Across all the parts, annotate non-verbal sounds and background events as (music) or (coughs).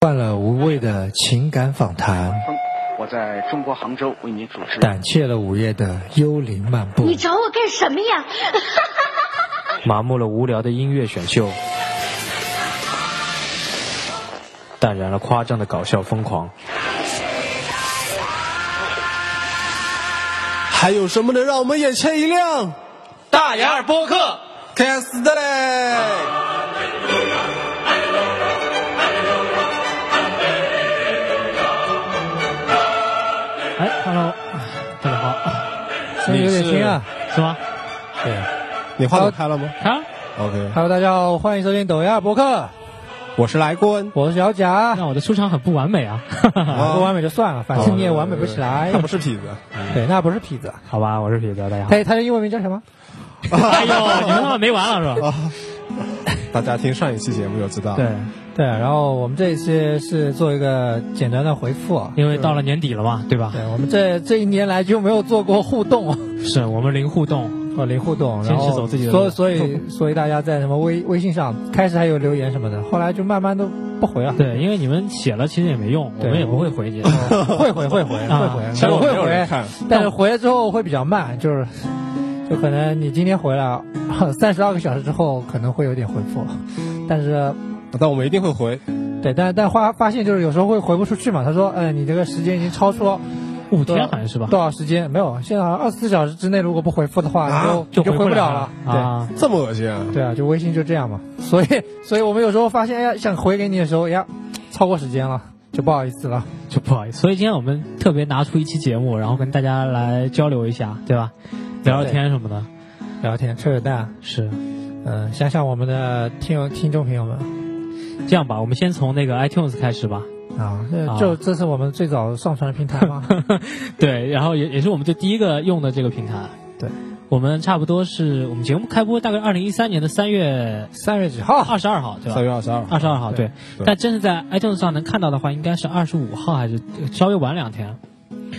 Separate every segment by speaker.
Speaker 1: 换了无谓的情感访谈，
Speaker 2: 我在中国杭州为您主持。
Speaker 1: 胆怯了午夜的幽灵漫步
Speaker 3: 你，找我干什么呀？
Speaker 1: 麻木了无聊的音乐选秀，淡然了夸张的搞笑疯狂，
Speaker 4: 还有什么能让我们眼前一亮？
Speaker 5: 大眼儿播客，
Speaker 4: 开始的嘞！
Speaker 6: 哎，Hello，大家好，
Speaker 1: 声音有点轻啊。
Speaker 6: 是吗？
Speaker 1: 对
Speaker 4: 你话筒开了吗
Speaker 6: 啊，
Speaker 4: ？OK，
Speaker 1: ，Hello，大家好，欢迎收听抖音博客，
Speaker 4: 我是来过恩，
Speaker 1: 我是小贾。
Speaker 6: 那我的出场很不完美啊，
Speaker 4: 啊
Speaker 1: 不完美就算了，反正你也完美不起来
Speaker 4: 他。不是痞子。
Speaker 1: 对，那不是痞子。
Speaker 6: 好吧，我是痞子，大家好。
Speaker 1: 他他的英文名叫什么？
Speaker 6: 哎呦，你们他妈没完了
Speaker 1: (laughs)
Speaker 6: 是吧？
Speaker 4: 大家听上一期节目就知
Speaker 1: 哦
Speaker 4: 道。 (laughs)
Speaker 6: 对，，
Speaker 1: 对，然后我们这一期是做一个简单的回复啊。
Speaker 6: 因为到了年底了嘛，对吧？
Speaker 1: 对，我们这这一年来就没有做过互动，
Speaker 6: 是我们零互动，
Speaker 1: 哦，零互动，然
Speaker 6: 坚持
Speaker 1: 后
Speaker 6: 走自己的
Speaker 1: 所
Speaker 6: 路嗯
Speaker 1: 所以所以大家在什么微微信上开始还有留言什么的，后来就慢慢都不回了。
Speaker 6: 对，因为你们写了其实也没用，我
Speaker 1: 对
Speaker 6: 们也不会回
Speaker 1: (laughs)
Speaker 6: 你。
Speaker 1: 会回会回
Speaker 6: 啊
Speaker 1: 会回，
Speaker 4: 虽然
Speaker 1: 我
Speaker 4: 我没
Speaker 1: 会
Speaker 4: 有人
Speaker 1: 回，
Speaker 4: 看，
Speaker 1: 但是回来之后会比较慢，就是就可能你今天回来三十二个小时之后可能会有点回复，但是
Speaker 4: 但我们一定会回。
Speaker 1: 对，但但发发现就是有时候会回不出去嘛。他说，嗯、你这个时间已经超出了
Speaker 6: 五天好像是吧？
Speaker 1: 多少时间？没有，现在好像二十四小时之内如果不回复的话，
Speaker 4: 啊
Speaker 1: 你就你
Speaker 6: 回
Speaker 1: 回不
Speaker 6: 了
Speaker 1: 了。对。
Speaker 6: 啊！
Speaker 4: 这么恶心啊！
Speaker 1: 对啊，就微信就这样嘛，所以， (laughs) 所以我们有时候发现，哎呀，想回给你的时候，哎呀，超过时间了，就不好意思了。
Speaker 6: 就不好意思，所以今天我们特别拿出一期节目，然后跟大家来交流一下，对吧？聊聊天什么的，
Speaker 1: 聊天扯扯淡，
Speaker 6: 是
Speaker 1: 嗯、想想我们的听友听众朋友们
Speaker 6: 这样吧？我们先从那个 iTunes 开始吧。
Speaker 1: 啊，这
Speaker 6: 啊
Speaker 1: 就这是我们最早上传的平台 (laughs) 嘛，
Speaker 6: 对，然后也也是我们最第一个用的这个平台。
Speaker 1: 对，
Speaker 6: 我们差不多是我们节目开播大概二零一三年的三月
Speaker 1: 三月几号？
Speaker 6: 二十二号，对
Speaker 4: 三
Speaker 6: 吧？
Speaker 4: 月二十二，
Speaker 1: 啊
Speaker 6: 二十二号，对。
Speaker 4: 对
Speaker 6: 但真是在 iTunes 上能看到的话，应该是二十五号还是呃稍微晚两天。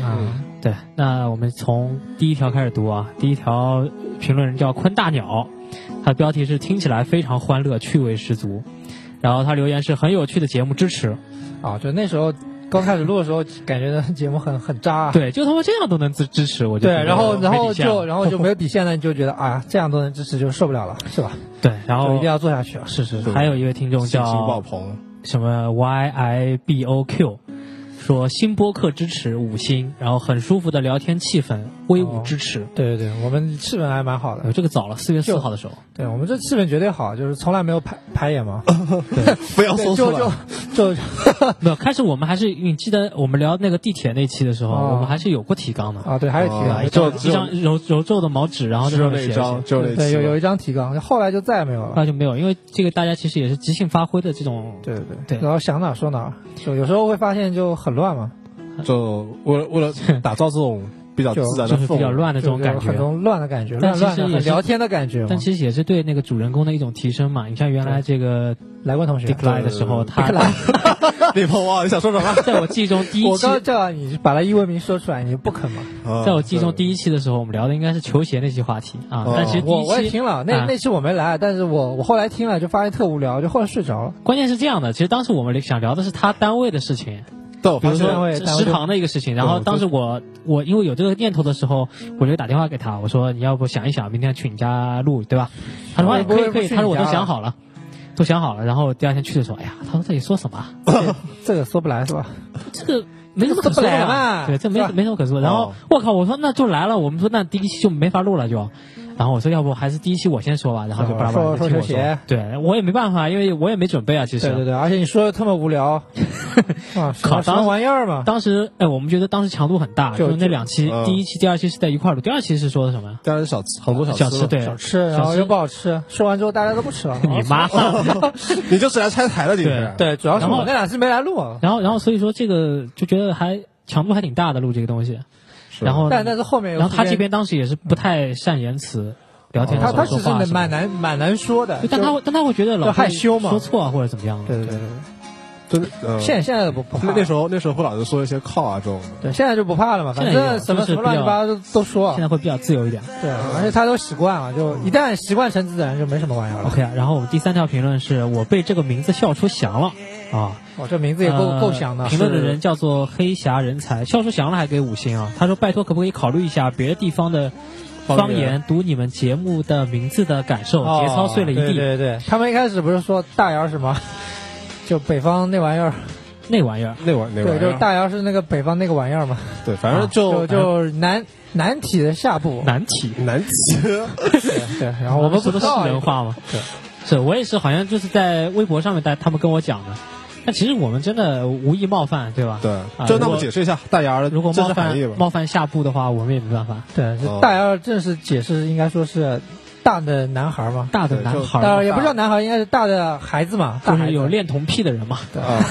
Speaker 1: 啊，
Speaker 6: 对，那我们从第一条开始读啊。第一条评论人叫坤大鸟，他的标题是听起来非常欢乐，趣味十足。然后他留言是很有趣的节目，支持。
Speaker 1: 啊，就那时候刚开始录的时候，感觉节目很很渣、啊。
Speaker 6: 对，就他妈这样都能支支持，我就
Speaker 1: 对，
Speaker 6: 觉得
Speaker 1: 然后然
Speaker 6: 没
Speaker 1: 后
Speaker 6: 底线了
Speaker 1: 就然后就没有底线了，你就觉得啊，这样都能支持就受不了了，是吧？
Speaker 6: 对，然
Speaker 1: 就
Speaker 6: 后
Speaker 1: 一定要做下去。
Speaker 6: 是是，
Speaker 4: 对
Speaker 6: 还有一位听众
Speaker 4: 信心爆
Speaker 6: 叫
Speaker 4: 棚。
Speaker 6: 什么 Y I B O Q，说新播客支持五星，然后很舒服的聊天气氛，威
Speaker 1: 哦
Speaker 6: 武支持。
Speaker 1: 对对对，我们气氛还蛮好
Speaker 6: 呃
Speaker 1: 的。
Speaker 6: 这个早了，四月四号的时候，
Speaker 1: 对我们这气氛绝对好，就是从来没有排排演嘛。
Speaker 4: 不
Speaker 6: 啊
Speaker 4: 要
Speaker 1: 对就
Speaker 4: 说出
Speaker 1: 就
Speaker 4: 来。
Speaker 1: 就
Speaker 6: 没有。开始我们还是你记得我们聊那个地铁那期的时候，
Speaker 1: 哦
Speaker 6: 我们还是有过提纲的，
Speaker 1: 啊，对，还有提
Speaker 6: 哦
Speaker 4: 啊
Speaker 1: 纲，
Speaker 4: 就
Speaker 6: 一张揉揉皱的毛纸，然后在
Speaker 4: 只有
Speaker 6: 上
Speaker 4: 那
Speaker 6: 面
Speaker 4: 一
Speaker 6: 写
Speaker 4: 张，
Speaker 6: 写
Speaker 4: 只有那一
Speaker 1: 对，有有
Speaker 4: 期。
Speaker 1: 一张提纲，后来就再也没有了。
Speaker 6: 那就没有，因为这个大家其实也是即兴发挥的这种。
Speaker 1: 对对
Speaker 6: 对
Speaker 1: 然后想哪儿说哪儿，就有时候会发现就很乱嘛，
Speaker 4: 就为了为了打造这种比较
Speaker 1: 就
Speaker 4: 自然
Speaker 6: (laughs) 就
Speaker 4: 的
Speaker 6: 是
Speaker 4: 氛
Speaker 6: 比较
Speaker 4: 围，
Speaker 6: 乱的这种感
Speaker 1: 就有很
Speaker 6: 觉，
Speaker 1: 多乱的感觉，
Speaker 6: 但
Speaker 1: 乱乱
Speaker 6: 其实
Speaker 1: 的
Speaker 6: 也
Speaker 1: 很
Speaker 6: 是
Speaker 1: 聊天的感觉嘛。
Speaker 6: 但其实也是对那个主人公的一种提升嘛。你像原来这个
Speaker 1: 来过同学，
Speaker 6: Decline 的时候，他 (laughs)
Speaker 4: 你朋友啊，你想说什么？
Speaker 6: 在我记忆中第一
Speaker 1: 我
Speaker 6: 期
Speaker 1: 刚叫你把他英文名说出来，你不肯嘛？
Speaker 4: 啊
Speaker 6: (laughs) 在我记忆中
Speaker 4: 对
Speaker 6: 第一期的时候，我们聊的应该是球鞋那期话题啊
Speaker 4: 哦，
Speaker 6: 但其实第
Speaker 1: 我我也
Speaker 6: 一期。
Speaker 1: 听了，那、
Speaker 6: 啊
Speaker 1: 那期我没来，但是我我后来听了就发现特无聊，就后来睡着了。
Speaker 6: 关键是这样的，其实当时我们想聊的是他单位的事情，
Speaker 4: 但我
Speaker 6: 比
Speaker 4: 发
Speaker 6: 如
Speaker 4: 现
Speaker 1: 单
Speaker 6: 说
Speaker 1: 位单位
Speaker 6: 食堂的一个事情。然后当时我我因为有这个念头的时候，我就打电话给他，我说你要不想一想，明天去你家录，对吧？他说
Speaker 1: 我
Speaker 6: 哎可以
Speaker 1: 我
Speaker 6: 可
Speaker 1: 我
Speaker 6: 以，
Speaker 1: 去
Speaker 6: 他说我
Speaker 1: 你家
Speaker 6: 都
Speaker 1: 了
Speaker 6: 想好了，都想好了。然后第二天去的时候，哎呀，他说这里说什么啊？
Speaker 1: 这这个说不来是吧？
Speaker 6: 这个没什么可
Speaker 1: 这不
Speaker 6: 说的
Speaker 1: 来嘛
Speaker 6: 对，这没
Speaker 1: 是吧
Speaker 6: 没什么可说。的。然后
Speaker 4: 哦
Speaker 6: 我靠，我说那就来了，我们说那第一期就没法录了就。然后我说要不还是第一期我先说吧，然后就巴拉巴拉
Speaker 1: 啊说
Speaker 6: 就听
Speaker 1: 说球
Speaker 6: 我
Speaker 1: 鞋
Speaker 6: 对我也没办法，因为我也没准备啊，其实。
Speaker 1: 对对对，而且你说的特么无
Speaker 6: (laughs)
Speaker 1: 聊，啊，什
Speaker 6: 靠
Speaker 1: 么什么
Speaker 6: 当
Speaker 1: 玩意儿嘛？
Speaker 6: 当时，哎，我们觉得当时强度很大，
Speaker 1: 就
Speaker 6: 就是那两期，
Speaker 4: 嗯
Speaker 6: 第一期、第二期是在一块儿录，第二期是说的什么呀？
Speaker 4: 当然小吃杭州
Speaker 6: 小
Speaker 4: 吃
Speaker 6: 吃
Speaker 4: 了，
Speaker 6: (laughs) 对，
Speaker 1: 少吃，然后又不好吃，吃完之后大家都不吃了。
Speaker 6: (laughs) 你妈！
Speaker 4: 你就是来拆台的，你是。
Speaker 1: (laughs) 对，主要是
Speaker 6: 然后
Speaker 1: 我那两期没来录，啊
Speaker 6: 然后，然后所以说这个就觉得还强度还挺大的录这个东西。
Speaker 4: 是
Speaker 6: 然后，
Speaker 1: 但但是后面有
Speaker 6: 然后他这
Speaker 1: 附
Speaker 6: 边当时也是不太善言辞，聊天
Speaker 1: 他
Speaker 6: 的时候
Speaker 1: 哦他
Speaker 6: 说
Speaker 1: 其
Speaker 6: 话什么的
Speaker 1: 实蛮难蛮难说的
Speaker 6: 对，但
Speaker 1: 就
Speaker 6: 他但他会觉得老
Speaker 1: 就害羞嘛
Speaker 6: 说错啊或者怎么样的。
Speaker 1: 对对对对，
Speaker 4: 真的，嗯
Speaker 1: 对现在现在都不不怕
Speaker 4: 那那时候那时候会老是说一些靠啊这种的。
Speaker 1: 对现在就不怕了嘛，反
Speaker 6: 现在也
Speaker 1: 正
Speaker 6: 有
Speaker 1: 什么
Speaker 6: 就是
Speaker 1: 什么乱
Speaker 6: 比较
Speaker 1: 七八糟都都说
Speaker 6: 现，在会嗯比较自由一点。
Speaker 1: 对，而且他都习惯了，就一旦习惯成自然，就没什么玩意儿了。
Speaker 6: OK，啊然后我们第三条评论是我被这个名字笑出翔了。啊。
Speaker 1: 我、哦这名字也够、
Speaker 6: 呃
Speaker 1: 够响的。
Speaker 6: 评论的人叫做黑侠人才，笑出翔了还给五星啊！他说：“拜托，可不可以考虑一下别的地方的
Speaker 4: 方
Speaker 6: 方
Speaker 4: 言
Speaker 6: 言读你们节目的名字的感受？
Speaker 1: 哦
Speaker 6: 节操碎了一地。
Speaker 1: 对对对，他们一开始不是说大姚什么，就北方那玩意儿，
Speaker 6: 那玩意儿，
Speaker 4: 那玩那玩
Speaker 1: 对，
Speaker 4: 意
Speaker 1: 就是
Speaker 4: 儿，啊
Speaker 1: 大姚是那个北方那个玩意儿嘛，
Speaker 4: 对，反正
Speaker 1: 就
Speaker 4: 就
Speaker 1: 就南南体的下部，
Speaker 6: 啊难题。
Speaker 4: 难记。
Speaker 6: (laughs)
Speaker 1: 对对，然后我们
Speaker 6: 说
Speaker 1: 不
Speaker 6: 的
Speaker 1: 知
Speaker 6: 是
Speaker 1: 道
Speaker 6: 人话吗？
Speaker 1: 对，
Speaker 6: 哎是我也是，好像就是在微博上面，大他们跟我讲的。但其实我们真的无意冒犯，对吧？
Speaker 4: 对，
Speaker 6: 啊
Speaker 4: 就那
Speaker 6: 如
Speaker 4: 么
Speaker 6: 果
Speaker 4: 解释一下大牙的
Speaker 6: 如果
Speaker 4: 真
Speaker 6: 冒
Speaker 4: 实含
Speaker 6: 犯
Speaker 4: 义吧。
Speaker 6: 冒犯下部的话，我们也没办法。
Speaker 1: 对，就
Speaker 4: 哦
Speaker 1: 大姚正式解释应该说是大的男孩嘛，
Speaker 6: 大的
Speaker 4: 对
Speaker 6: 男
Speaker 4: 就
Speaker 6: 孩
Speaker 1: 当然
Speaker 6: 儿嘛，
Speaker 1: 呃也不叫男孩，应该是大的孩子嘛，大
Speaker 6: 就
Speaker 1: 孩
Speaker 6: 是
Speaker 1: 子
Speaker 6: 有恋童癖的人嘛。
Speaker 1: (laughs)
Speaker 4: 啊，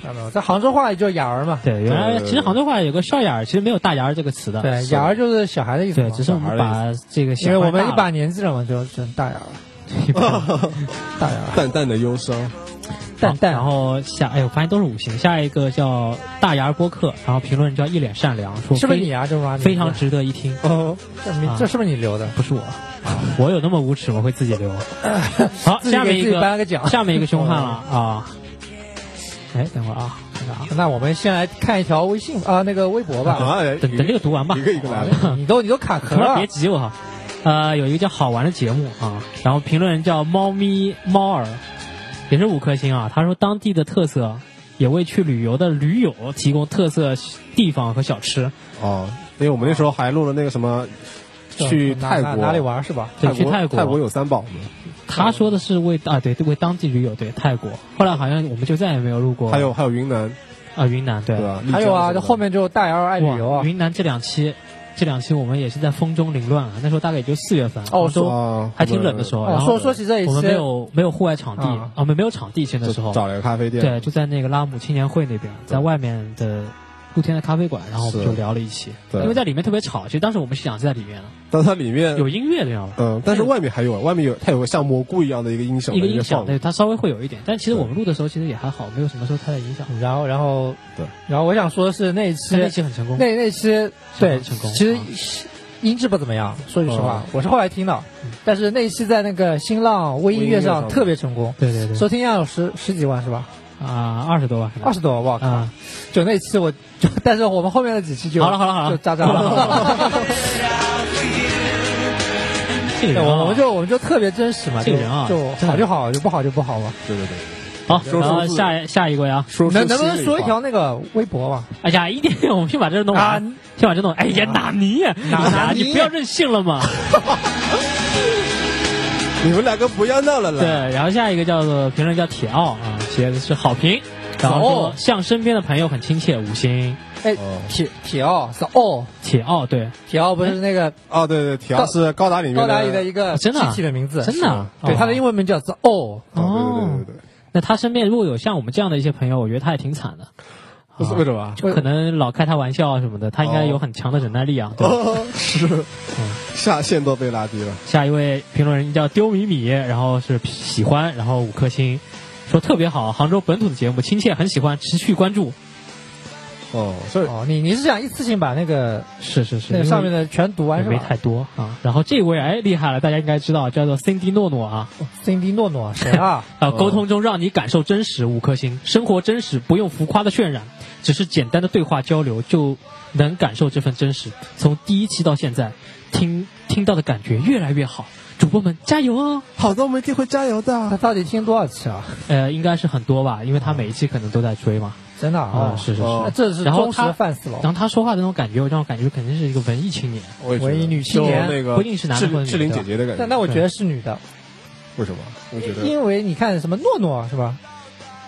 Speaker 1: 看到没有在杭州话里叫哑儿嘛，
Speaker 6: 对，原来
Speaker 4: 对
Speaker 6: 其实杭州话有个少眼儿，其实没有大眼儿这个啊词的。
Speaker 1: 对，哑儿就是小孩的意思
Speaker 6: 对，
Speaker 1: 嘛，
Speaker 6: 只是我们把这个小
Speaker 1: 因为我
Speaker 6: 孩
Speaker 1: 们一
Speaker 6: 大
Speaker 1: 把
Speaker 6: 了
Speaker 1: 年纪了嘛，就只能大姚了，
Speaker 6: 一把
Speaker 1: 大姚了，
Speaker 4: 淡淡的忧伤。
Speaker 1: 蛋
Speaker 6: 好然
Speaker 1: 蛋。
Speaker 6: 后下，哎，我发现都是五星。下一个叫大牙播客，然后评论叫一脸善良，说
Speaker 1: 是不是
Speaker 6: 非
Speaker 1: 你啊？这玩意儿
Speaker 6: 非常值得一听。
Speaker 1: 哦，这名
Speaker 6: 啊
Speaker 1: 这是不是你留的？
Speaker 6: 不是我，我有那么无耻吗？会自
Speaker 4: (laughs)
Speaker 6: 己留。好，
Speaker 1: 自己
Speaker 6: 下面
Speaker 1: 给
Speaker 6: 一
Speaker 1: 自己颁了个奖。
Speaker 6: 下面一个凶悍了啊！哎，等会儿啊，看看啊，
Speaker 1: 那我们先来看一条微信啊，那个微博吧。
Speaker 4: 啊，
Speaker 6: 等等这个读完吧。
Speaker 4: 一个一个来吧。
Speaker 1: 你都你都卡壳
Speaker 6: 可
Speaker 1: 了嗯
Speaker 6: 别，急我哈。呃，有一个叫好玩的节目啊，然后评论人叫猫咪猫儿，也是五颗星啊。他说当地的特色，也为去旅游的驴友提供特色地方和小吃。
Speaker 4: 哦，因为我们那时候还录了那个什么，去
Speaker 1: 哪
Speaker 4: 泰
Speaker 1: 哪
Speaker 4: 国
Speaker 1: 哪里玩是吧？
Speaker 6: 对，去
Speaker 4: 泰
Speaker 6: 泰
Speaker 4: 国泰国有三宝嘛，
Speaker 6: 他说的是为啊，对，为当地驴友，对泰国。后来好像我们就再也没有路过。
Speaker 4: 还有还有云南，
Speaker 6: 啊，云南哦对
Speaker 4: 对。吧？
Speaker 1: 还有啊，
Speaker 4: 丽江什么的
Speaker 1: 这后面就大姚爱旅游
Speaker 6: 哇
Speaker 1: 啊。
Speaker 6: 云南这两期，这两期我们也是在风中凌乱啊。那时候大概也就四月份，
Speaker 1: 哦
Speaker 6: 杭州
Speaker 4: 啊
Speaker 6: 还挺冷的时候。然
Speaker 1: 哦，
Speaker 6: 后
Speaker 1: 说说起这一
Speaker 6: 我们
Speaker 1: 期
Speaker 6: 没，有没有户外场地
Speaker 1: 啊
Speaker 6: 啊，我们没有场地，去那
Speaker 4: 就
Speaker 6: 时候
Speaker 4: 找了个咖啡店，
Speaker 6: 对，就在那个拉姆青年会那边，在外面的露天的咖啡馆，然后我们
Speaker 4: 是
Speaker 6: 就聊了一期，
Speaker 4: 对呃
Speaker 6: 因为在里面特别吵，其实当时我们是想在里面的，
Speaker 4: 但它里面
Speaker 6: 有音乐的，知道吧？
Speaker 4: 嗯，但是外面还有，外面有它有个像蘑菇一样的一个音响，
Speaker 6: 一个音响，
Speaker 4: 那
Speaker 6: 对，它稍微会有一点，但其实
Speaker 4: 对
Speaker 6: 我们录的时候其实也还好，没有什么受太大影响。
Speaker 1: 然后然后
Speaker 4: 对，
Speaker 1: 然后我想说的嗯是那一期
Speaker 6: 但那期很成功，
Speaker 1: 那那期对，
Speaker 6: 成功啊嗯
Speaker 1: 其实音质不怎么样，说句实话，我是后来听到，但是那一期在那个新浪微音乐
Speaker 4: 微音乐
Speaker 1: 上
Speaker 4: 上
Speaker 1: 特别成功，
Speaker 6: 对对对，
Speaker 1: 收听量有十十几万是吧？
Speaker 6: 啊，二十多吧，可能
Speaker 1: 二十多，我靠！
Speaker 6: 啊，
Speaker 1: 就那期我就， (laughs) 但是我们后面的几期就
Speaker 6: 好了好了好了
Speaker 1: 就渣渣了。
Speaker 6: 这个
Speaker 1: (laughs) 对
Speaker 6: 人啊
Speaker 1: 我们就我们就特别真实嘛，
Speaker 6: 这个人啊
Speaker 1: 就就
Speaker 6: 真的
Speaker 1: 好就好，就不好就不好嘛。
Speaker 4: 对对对，
Speaker 6: 好，
Speaker 4: 说
Speaker 6: 然后
Speaker 4: 数字
Speaker 6: 下一下一啊个呀，
Speaker 4: 说
Speaker 1: 能能不能
Speaker 4: 心里
Speaker 1: 说一
Speaker 4: 话
Speaker 1: 条那个微博吧？
Speaker 6: 哎呀，一点我们先把这弄完，先把这弄完。哎呀，纳尼呀，
Speaker 1: 纳
Speaker 6: 纳
Speaker 1: 啊尼啊
Speaker 6: 你不要任性了嘛。
Speaker 4: 你们两个不要闹了
Speaker 6: 对，
Speaker 4: 啦！
Speaker 6: 然后下一个叫做评论叫铁奥啊，写的是好评，然后
Speaker 1: 哦
Speaker 6: 说向身边的朋友很亲切，五星。
Speaker 1: 哎
Speaker 4: 哦，
Speaker 1: 铁铁奥是哦，
Speaker 6: 铁奥对，
Speaker 1: 铁奥不
Speaker 6: 哎
Speaker 1: 是那个
Speaker 4: 哦，对对，条是高达里面
Speaker 1: 高达里的一个
Speaker 6: 哦
Speaker 1: 机
Speaker 6: 真的啊
Speaker 1: 器的名字，
Speaker 6: 真的啊
Speaker 1: 对，
Speaker 6: 哦
Speaker 1: 他的英文名叫 The O。
Speaker 4: 哦，对对对对对
Speaker 6: 那他身边如果有像我们这样的一些朋友，我觉得他也挺惨的，
Speaker 4: 对，是为什么啊？
Speaker 6: 就可能老开他玩笑啊什么的，他应该
Speaker 4: 哦
Speaker 6: 有很强的忍耐力啊。对吧，
Speaker 4: 哦， (laughs) 是下线都被拉低了，
Speaker 6: 下一位评论人叫丢米米，然后是喜欢，然后五颗星，说特别好，杭州本土的节目，亲切，很喜欢，持续关注。
Speaker 4: 哦，所以
Speaker 1: 哦，你你是想一次性把那个
Speaker 6: 是是是，
Speaker 1: 那个
Speaker 6: 因为
Speaker 1: 上面的全读完是
Speaker 6: 没
Speaker 1: 吧？
Speaker 6: 太多啊。然后这位哎厉害了，大家应该知道，叫做 Cindy 诺诺啊。
Speaker 1: Cindy 诺诺谁
Speaker 6: (laughs)
Speaker 1: 啊？ (laughs)
Speaker 6: 呃，沟通中让你感受真实，五颗星，生活真实，不用浮夸的渲染，只是简单的对话交流就能感受这份真实。从第一期到现在，听听到的感觉越来越好，主播们加油哦！
Speaker 4: 好的，我们一定会加油
Speaker 1: 他
Speaker 4: 的。
Speaker 1: 到底听多少期啊？
Speaker 6: 呃，应该是很多吧，因为他每一期可能都在追嘛。
Speaker 1: 真的啊？
Speaker 6: 是是是。
Speaker 1: 那
Speaker 4: 哦
Speaker 1: 这是
Speaker 6: 然后
Speaker 1: 忠实
Speaker 6: 他
Speaker 1: 的范死了
Speaker 6: 然。后他说话的那种感觉，让我感觉肯定是一个文艺青年。
Speaker 4: 我也觉得
Speaker 1: 文艺女青
Speaker 4: 就
Speaker 1: 年
Speaker 4: 那个
Speaker 6: 不一定是男的
Speaker 4: 志
Speaker 6: 或者女的
Speaker 4: 志玲姐姐的感觉。
Speaker 1: 但那我觉得是女的，
Speaker 4: 为什么？我觉得
Speaker 1: 因为你看什么诺诺是吧？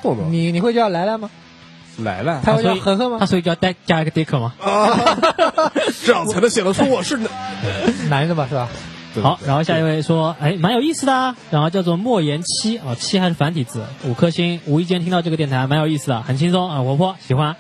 Speaker 4: 诺诺
Speaker 1: 你你会叫莱莱吗？
Speaker 4: 来了
Speaker 1: 他会
Speaker 6: 啊所
Speaker 1: 叫
Speaker 6: 以
Speaker 1: 呵呵
Speaker 6: 他
Speaker 1: 吗？
Speaker 6: 所以就要带加一个 Dick 嘛。
Speaker 4: (laughs)
Speaker 1: (laughs)
Speaker 4: 啊，这样才能显得出我是男。
Speaker 1: 男的吧是吧？
Speaker 4: (laughs) 对
Speaker 6: 好，然后下一位说，哎，蛮有意思的、啊，然后叫做莫言七啊、七还是繁体字，五颗星，无意间听到这个电台，蛮有意思的，很轻松啊、活泼，喜欢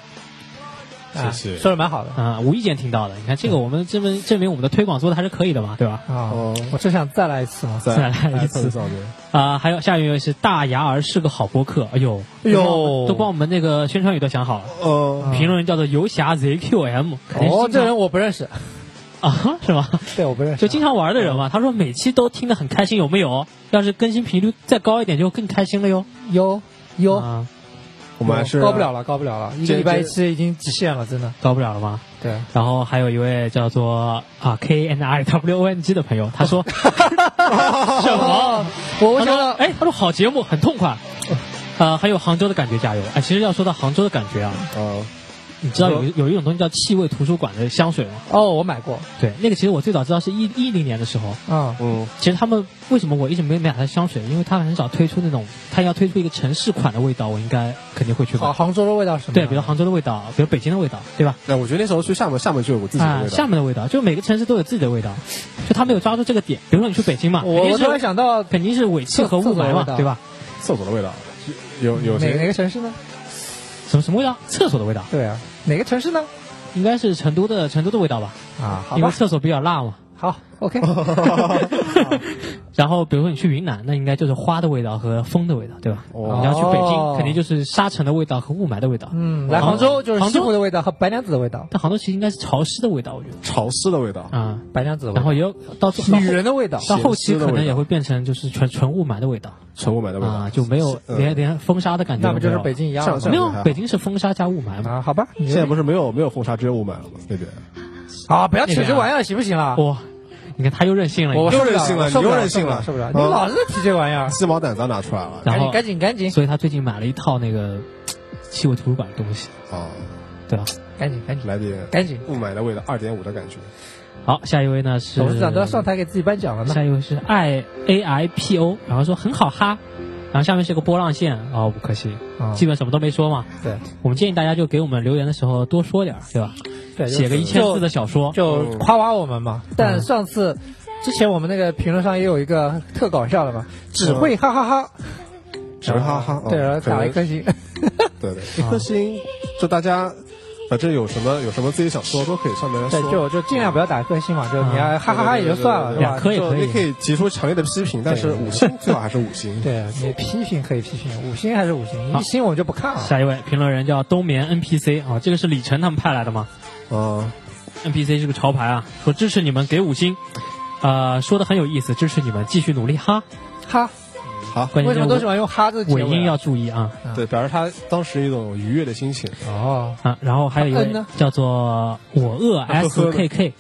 Speaker 1: 啊，
Speaker 4: 谢谢
Speaker 1: 说的蛮好的
Speaker 6: 啊、无意间听到的，你看这个我们证明证明我们的推广做的还是可以的嘛，对吧？
Speaker 1: 啊
Speaker 4: 哦！
Speaker 1: 我只想再来一次啊！
Speaker 4: 在
Speaker 6: 再来一
Speaker 4: iPhone
Speaker 6: 次
Speaker 4: 上面，
Speaker 6: 啊、还有下一位是大牙儿是个好播客，哎呦，
Speaker 1: 哎呦
Speaker 6: 都帮我们那个宣传语都想好了，
Speaker 4: 哦，
Speaker 6: 评论人叫做游侠 ZQM，肯定是
Speaker 1: 哦，
Speaker 6: 经常
Speaker 1: 这人我不认识，
Speaker 6: (laughs) 啊是吗？
Speaker 1: 对我不认识。
Speaker 6: 就经常玩的人
Speaker 4: 哦
Speaker 6: 嘛，他说每期都听得很开心，有没有？要是更新频率再高一点就更开心了哟。
Speaker 4: 哦
Speaker 1: 有有
Speaker 6: 啊，
Speaker 4: 我们还是
Speaker 1: 高不了了，高不了了，一个
Speaker 4: 这
Speaker 1: 礼拜一
Speaker 4: 这
Speaker 1: 期已经极限了，真的。
Speaker 6: 高不了了吗？
Speaker 1: 对，
Speaker 6: 然后还有一位叫做啊 K N I W O N G 的朋友，他说什么？
Speaker 1: 哦我我
Speaker 6: 他
Speaker 1: 想
Speaker 6: 说
Speaker 1: 到，
Speaker 6: 哎，他说好节目，很痛快。呃，还有杭州的感觉，加油！哎、其实要说到杭州的感觉啊，
Speaker 4: 啊，
Speaker 6: 你知道有一有一种东西叫气味图书馆的香水吗？
Speaker 1: 哦，我买过，
Speaker 6: 对，那个其实我最早知道是一一零年的时候，
Speaker 1: 嗯，
Speaker 4: 嗯，
Speaker 6: 其实他们为什么我一直没买他的香水，因为他很少推出那种，他要推出一个城市款的味道，我应该肯定会去
Speaker 1: 好，
Speaker 6: 买。
Speaker 1: 杭州的味道是什么
Speaker 6: 对，
Speaker 1: 样？
Speaker 6: 比如杭州的味道，比如北京的味道，对吧？
Speaker 4: 哎，我觉得那时候去厦门，厦门就有我自己的
Speaker 6: 啊、
Speaker 4: 味道
Speaker 6: 厦。门的味道，就每个城市都有自己的味道，就他没有抓住这个点。比如说你去北京嘛，
Speaker 1: 我
Speaker 6: 肯定
Speaker 1: 我
Speaker 6: 是
Speaker 1: 突然想到
Speaker 6: 肯定是尾气和
Speaker 1: 厕
Speaker 6: 雾霾
Speaker 1: 所的味
Speaker 6: 嘛
Speaker 1: 道，
Speaker 6: 对吧？
Speaker 4: 厕所的味道，有有
Speaker 1: 哪哪
Speaker 4: 些
Speaker 1: 个城市呢？
Speaker 6: 什么什么味道？厕所的味道，
Speaker 1: 对啊，哪个城市呢？
Speaker 6: 应该是成都的成都的味道吧？
Speaker 1: 啊，好
Speaker 6: 因为
Speaker 1: 吧，
Speaker 6: 厕所比较辣
Speaker 1: (laughs)
Speaker 6: 嘛。
Speaker 1: 好，OK，
Speaker 6: 然后比如说你去云南，那应该就是花的味道和风的味道，对吧？
Speaker 4: 哦
Speaker 6: 你要去北
Speaker 1: 哦
Speaker 6: 京，肯定就是沙尘的味道和雾霾的味道。
Speaker 1: 嗯，来杭州就是西湖的味道和白娘子的味道，
Speaker 6: 但杭州其实应该是潮湿的味道，我觉得
Speaker 4: 潮湿的味道。
Speaker 6: 啊、
Speaker 1: 白娘子的味
Speaker 6: 然
Speaker 1: 道
Speaker 6: 后，也有到最
Speaker 1: 女人的味道，
Speaker 6: 到后期
Speaker 4: 咸湿的
Speaker 6: 可
Speaker 4: 味道
Speaker 6: 能也会变成就是全纯雾霾的味道
Speaker 4: 纯雾霾的味道
Speaker 6: 啊、就没有
Speaker 4: 嗯
Speaker 6: 连连风沙的感觉
Speaker 1: 呃那
Speaker 6: 都
Speaker 1: 不就
Speaker 6: 没有
Speaker 1: 是
Speaker 6: 了。
Speaker 1: 北京一样
Speaker 4: 上
Speaker 1: 吗
Speaker 4: 上
Speaker 6: 没
Speaker 4: 还
Speaker 6: 有
Speaker 4: 好
Speaker 6: 北京是风沙加雾霾嘛？
Speaker 1: 啊？好吧，
Speaker 4: 现在不是没有没有风沙，只有雾霾了吗？那边
Speaker 1: 啊，不要扯这玩意儿，行不啊行啦？
Speaker 6: 哇、你看他又任性了，
Speaker 1: 我
Speaker 6: 你看
Speaker 1: 受不了
Speaker 4: 又任性了
Speaker 1: 我受不
Speaker 4: 你又
Speaker 1: 了，
Speaker 4: 任性了
Speaker 1: 受不了，受
Speaker 4: 嗯
Speaker 1: 不了你老是提这玩意儿，
Speaker 4: 鸡毛掸子拿出来了
Speaker 6: 然
Speaker 1: 赶紧
Speaker 6: 后
Speaker 1: 赶紧赶紧
Speaker 6: 所以他最近买了一套那个气味图书馆的东西，
Speaker 4: 啊，
Speaker 6: 对吧？
Speaker 1: 赶紧赶紧
Speaker 4: 来点
Speaker 1: 赶紧，
Speaker 4: 雾霾的味道，二点五的
Speaker 6: 啊
Speaker 4: 感觉。
Speaker 6: 好，下一位呢是
Speaker 1: 董事长都要上台给自己颁奖了呢。
Speaker 6: 下一位是 i a i p o，然后说很好哈，然后下面是个波浪线，哦，五颗星，
Speaker 1: 啊
Speaker 6: 基本什么都没说嘛。
Speaker 1: 对
Speaker 6: 我们建议大家就给我们留言的时候多说点儿，对吧？
Speaker 1: 对，就
Speaker 6: 写个一千字
Speaker 1: 就
Speaker 6: 的小说，
Speaker 1: 就夸夸我们嘛。但上次之前我们那个评论上也有一个特搞笑的嘛，只会哈哈哈，哦
Speaker 4: 只会哈哈，
Speaker 1: 对，
Speaker 4: 嗯
Speaker 1: 然后
Speaker 4: 可能
Speaker 1: 打了一颗星。 (laughs)
Speaker 4: 对对，一颗星，就大家反正有什么有什么自己想说都可以上面来
Speaker 1: 对，
Speaker 4: 说。
Speaker 1: 就就尽量不要打颗星嘛，就你要哈哈哈也就算了，
Speaker 4: 对
Speaker 1: 对吧
Speaker 6: 两？颗也
Speaker 4: 就
Speaker 6: 可以
Speaker 4: 你可以提出强烈的批评，但是五星最好还是五星。
Speaker 1: 对你批评可以批评，五星还是五星，
Speaker 6: 好
Speaker 1: 一星我们就不看了。
Speaker 6: 下一位评论人叫冬眠 NPC 啊、这个是李晨他们派来的吗
Speaker 4: 啊，
Speaker 6: ？NPC 是个潮牌啊，说支持你们给五星，呃，说的很有意思，支持你们继续努力哈。
Speaker 1: 哈，
Speaker 4: 好，
Speaker 6: 关
Speaker 1: 为
Speaker 6: 键
Speaker 1: 什么都喜欢用哈字结
Speaker 6: 尾
Speaker 1: 尾啊
Speaker 6: 音要注意啊
Speaker 4: 对，表示他当时一种愉悦的心情。
Speaker 1: 哦？
Speaker 6: 啊！然后还有一
Speaker 1: 嗯
Speaker 6: 位
Speaker 1: 呢
Speaker 6: 叫做我饿 SKK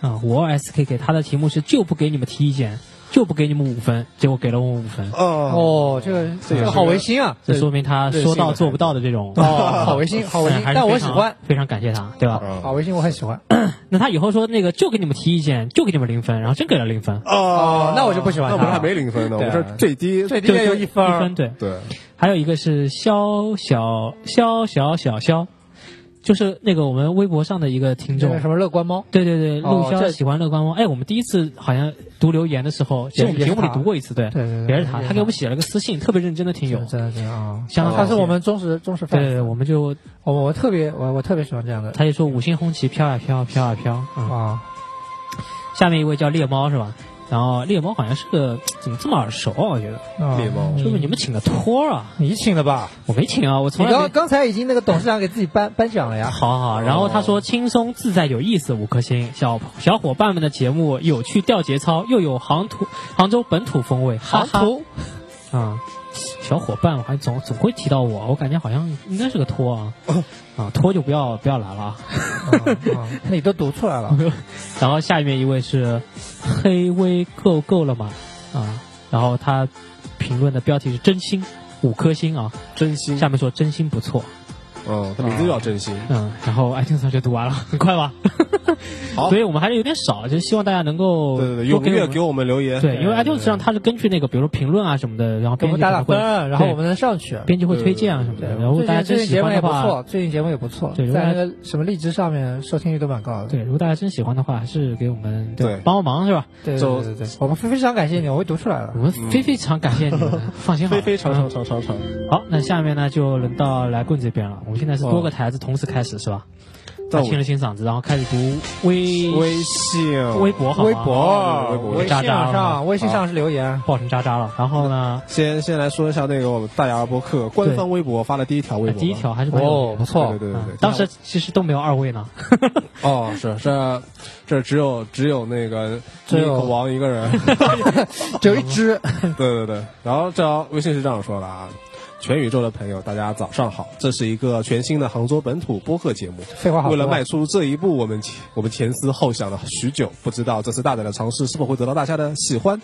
Speaker 6: 啊，我饿 SKK，他的题目是就不给你们提意见，就不给你们五分，结果给了我们五分，
Speaker 4: 哦，
Speaker 1: 哦，这个这个好违心啊！
Speaker 6: 这说明他说到做不到的这种。哎
Speaker 1: 哦，好违
Speaker 6: (laughs)
Speaker 1: 心，好违心，
Speaker 6: 还是
Speaker 1: 但我
Speaker 6: 非
Speaker 1: 喜
Speaker 6: 常
Speaker 1: 欢，，哦
Speaker 6: 非常感谢他，对吧？
Speaker 4: 嗯
Speaker 1: 好
Speaker 4: 哦
Speaker 1: 违心，我很喜
Speaker 6: 嗯
Speaker 1: 欢。
Speaker 6: 那他以后说那个就给你们提意见，就给你们零分，然后真给了零分，
Speaker 4: 哦
Speaker 1: 哦，那我就不喜欢
Speaker 4: 那我
Speaker 1: 他
Speaker 4: 们
Speaker 1: 了
Speaker 4: 还没零分呢，我
Speaker 1: 对
Speaker 4: 们
Speaker 1: 啊
Speaker 4: 这最低
Speaker 1: 最低也有一分
Speaker 6: 一
Speaker 1: 儿，
Speaker 6: 分对。
Speaker 4: 对，
Speaker 6: 还有一个是肖小肖小小肖，就是那个我们微博上的一个听
Speaker 1: 这
Speaker 6: 众
Speaker 1: 个。什么乐观猫，
Speaker 6: 对对对，
Speaker 1: 哦
Speaker 6: 陆骁
Speaker 1: 这
Speaker 6: 喜欢乐观猫。哎，我们第一次好像读留言的时候，
Speaker 1: 这也
Speaker 6: 节目
Speaker 1: 是
Speaker 6: 节目里
Speaker 1: 他
Speaker 6: 读过一次，对，
Speaker 1: 对对对
Speaker 6: 也是他，
Speaker 1: 也是
Speaker 6: 他给
Speaker 1: 他
Speaker 6: 我们写了个私信，特别认真的听友
Speaker 1: 真。的真的啊，
Speaker 6: 相当
Speaker 1: 他是
Speaker 6: 好
Speaker 1: 我们忠实忠实
Speaker 6: 对
Speaker 1: fans，
Speaker 6: 对对，我们就
Speaker 1: 我我特别我我特别喜欢这样的
Speaker 6: 他就说五星红旗飘呀飘，飘呀飘。嗯，
Speaker 1: 啊，
Speaker 6: 下面一位叫猎猫是吧？然后猎猫好像是个怎么这么耳熟啊？我觉得
Speaker 1: 啊
Speaker 4: 猎猫
Speaker 6: 是不是你们请的托儿啊？
Speaker 1: 你请的吧？
Speaker 6: 我没请啊，我
Speaker 1: 你
Speaker 6: 从来没
Speaker 1: 刚刚才已经那个董事长给自己颁颁奖了呀，
Speaker 6: 好好，然后他说轻松自在有意思五颗星，小小伙伴们的节目有趣掉节操，又有杭土杭州本土风味，哈
Speaker 1: 航
Speaker 6: 哈 (laughs)
Speaker 1: 图
Speaker 6: 啊、小伙伴，我还总总会提到我，我感觉好像应该是个托啊，啊托就不要不要来了。啊。 (laughs)
Speaker 1: 啊，啊那你都读出来了，
Speaker 6: 然后下面一位是黑微够够了吗？啊，然后他评论的标题是真心五颗星啊，
Speaker 4: 真心，
Speaker 6: 下面说真心不错，
Speaker 4: 嗯，他名字就叫真心。
Speaker 6: 嗯，然后 iTunes 就读完了，很快吧？
Speaker 4: (laughs) 好
Speaker 6: 所以我们还是有点少，就希望大家能够
Speaker 1: 哦
Speaker 4: 对对对，踊
Speaker 6: 多给我
Speaker 4: 跃
Speaker 6: 们
Speaker 4: 给我们留言。
Speaker 6: 对，因
Speaker 4: 对
Speaker 6: 为 iTunes 上它是根据那个，比如说评论啊什么的，然后
Speaker 1: 给我们
Speaker 6: 编辑
Speaker 1: 打打
Speaker 6: 可能会
Speaker 1: 分，啊然后
Speaker 6: 对
Speaker 1: 我们能上去。
Speaker 6: 编辑会推荐啊什么
Speaker 1: 对
Speaker 6: 的，然后
Speaker 1: 最
Speaker 6: 大家
Speaker 1: 近最
Speaker 6: 真
Speaker 1: 近
Speaker 6: 喜
Speaker 1: 节目
Speaker 6: 欢
Speaker 1: 也
Speaker 6: 的
Speaker 1: 不
Speaker 6: 话，
Speaker 1: 错，最近节目也不错，
Speaker 6: 对如果
Speaker 1: 在那
Speaker 6: 大家
Speaker 1: 个什么荔枝上面收听率都蛮高的。
Speaker 6: 对，如果大家真喜欢的话，还是给我们对
Speaker 4: 对
Speaker 6: 帮帮忙是吧？
Speaker 1: 对
Speaker 4: 就
Speaker 1: 对对对，我们非常感谢你，我会读出来的
Speaker 6: 我。们
Speaker 4: 嗯
Speaker 6: 非非常感谢
Speaker 1: (laughs)
Speaker 6: 你们，放心好了，
Speaker 4: 非非常常
Speaker 6: 嗯
Speaker 4: 常常常。
Speaker 6: 好，那下面呢就轮到来棍这边了，我们现在是多
Speaker 1: 哦
Speaker 6: 个台子同时开始是吧？
Speaker 4: 那我
Speaker 6: 他清了清嗓子，然后开始读微
Speaker 4: 微信、
Speaker 6: 微博好吗
Speaker 1: 微博、
Speaker 4: 微博
Speaker 1: 微信
Speaker 6: 渣渣
Speaker 1: 上、微信上是留言。
Speaker 6: 爆成渣渣了，然后呢，
Speaker 4: 先先来说一下那个我们大牙播客官方微博发的第一条微博，
Speaker 6: 啊
Speaker 4: 哦
Speaker 6: 第一，条还是蛮有名的
Speaker 1: 不错
Speaker 4: 对对对
Speaker 6: 嗯
Speaker 4: 对，
Speaker 6: 当时其实都没有二位呢，
Speaker 4: 哦是是，这只有只有那个
Speaker 1: 只有
Speaker 4: 尼克王
Speaker 6: (laughs)
Speaker 4: 一个人，
Speaker 1: 只有一只，
Speaker 4: 对对对。然后这条微信是这样说的啊，全宇宙的朋友，大家早上好！这是一个全新的杭州本土播客节目。
Speaker 1: 废话好多
Speaker 4: 为了迈出这一步，我们前我们前思后想了许久，不知道这次大胆的尝试是否会得到大家的喜欢。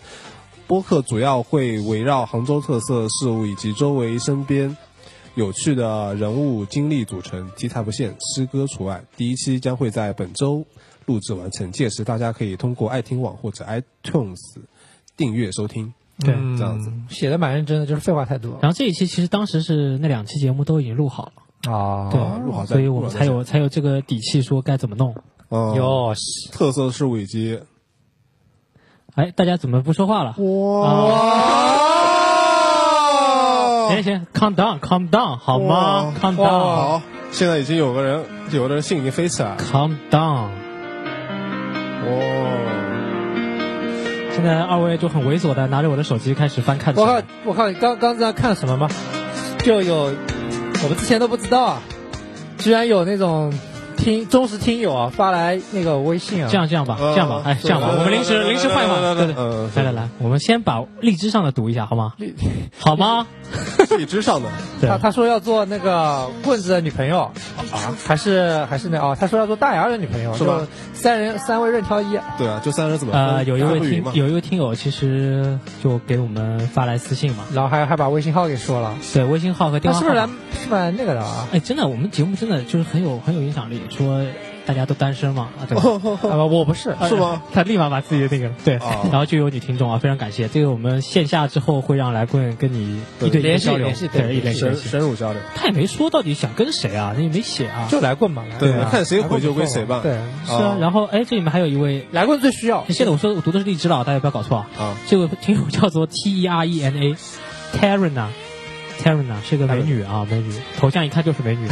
Speaker 4: 播客主要会围绕杭州特色事物以及周围身边有趣的人物经历组成，题材不限，诗歌除外。第一期将会在本周录制完成，届时大家可以通过爱听网或者 iTunes 订阅收听。
Speaker 6: 对
Speaker 4: 这样子。
Speaker 1: 嗯写的蛮认真的，就是废话太多
Speaker 6: 然后这一期其实当时是那两期节目都已经录好了，
Speaker 1: 啊。
Speaker 6: 对，
Speaker 4: 哦录好再
Speaker 6: 所以我们才
Speaker 4: 录
Speaker 6: 有才有这个底气说该怎么弄。
Speaker 4: 嗯，
Speaker 1: 哟，
Speaker 4: 特色事物以及
Speaker 6: 哎，大家怎么不说话了？
Speaker 4: 哇
Speaker 6: 行行，calm down，calm down，好吗
Speaker 4: 哇
Speaker 6: ？calm
Speaker 4: 哇
Speaker 6: down，calm
Speaker 4: 好，现在已经有个人，有的人心已经飞起来了。
Speaker 6: down。
Speaker 4: 哇，
Speaker 6: 现在二位就很猥琐的拿着我的手机开始翻看起
Speaker 1: 我
Speaker 6: 来
Speaker 1: 靠，我靠，你刚刚在看什么吗？就有我们之前都不知道啊，居然有那种听忠实听友啊发来那个微信啊，
Speaker 6: 这样这样吧，
Speaker 4: 呃
Speaker 6: 这样吧，哎，这样吧，我们临时临时换一换，对对。
Speaker 4: 嗯，
Speaker 6: 来来来，我们先把荔枝上的读一下好吗？好吗？
Speaker 4: 来，荔枝上的，
Speaker 6: 对
Speaker 1: 他他说要做那个棍子的女朋友啊，还是还是那哦，他说要做大牙的女朋友，
Speaker 4: 是吧
Speaker 1: 就三人三位任挑一，
Speaker 4: 对啊，就三人怎么分
Speaker 6: 呃，有一位
Speaker 4: 还不匀
Speaker 6: 听
Speaker 4: 嘛
Speaker 6: 有一位听友其实就给我们发来私信嘛，
Speaker 1: 然后还还把微信号给说了，
Speaker 6: 对，微信号和电
Speaker 1: 他
Speaker 6: 话
Speaker 1: 是不是
Speaker 6: 号码
Speaker 1: 来。是蛮那个的
Speaker 4: (laughs)
Speaker 1: 啊？
Speaker 6: 哎，真的，我们节目真的就是很有很有影响力，说大家都单身嘛，啊对吧？
Speaker 1: 啊，我不是，
Speaker 4: 是
Speaker 1: (laughs)
Speaker 4: 吗？
Speaker 6: 他立马把自己的那个对，
Speaker 4: 哦
Speaker 6: 然后就有女听众啊，非常感谢。这个我们线下之后会让来棍跟你一对一的
Speaker 1: 联系
Speaker 6: 交流
Speaker 1: 联系，对
Speaker 6: 对，一对一联
Speaker 4: 深
Speaker 6: 系。
Speaker 4: 深入交流。
Speaker 6: 他也没说到底想跟谁啊，那也没写啊。
Speaker 1: 就来棍嘛，来棍
Speaker 4: 对
Speaker 1: 啊
Speaker 4: 看谁回就归谁吧
Speaker 1: 对，
Speaker 6: 是
Speaker 4: 哦
Speaker 6: 啊，然后哎，这里面还有一位，哎
Speaker 1: 来棍最需要，
Speaker 6: 现在我说我读的是荔枝了，大家不要搞错啊。
Speaker 4: 啊，
Speaker 6: 这位听友叫做 T E R E N A，Terena。啊 Terena 是个美女啊，美女，头像一看就是美女，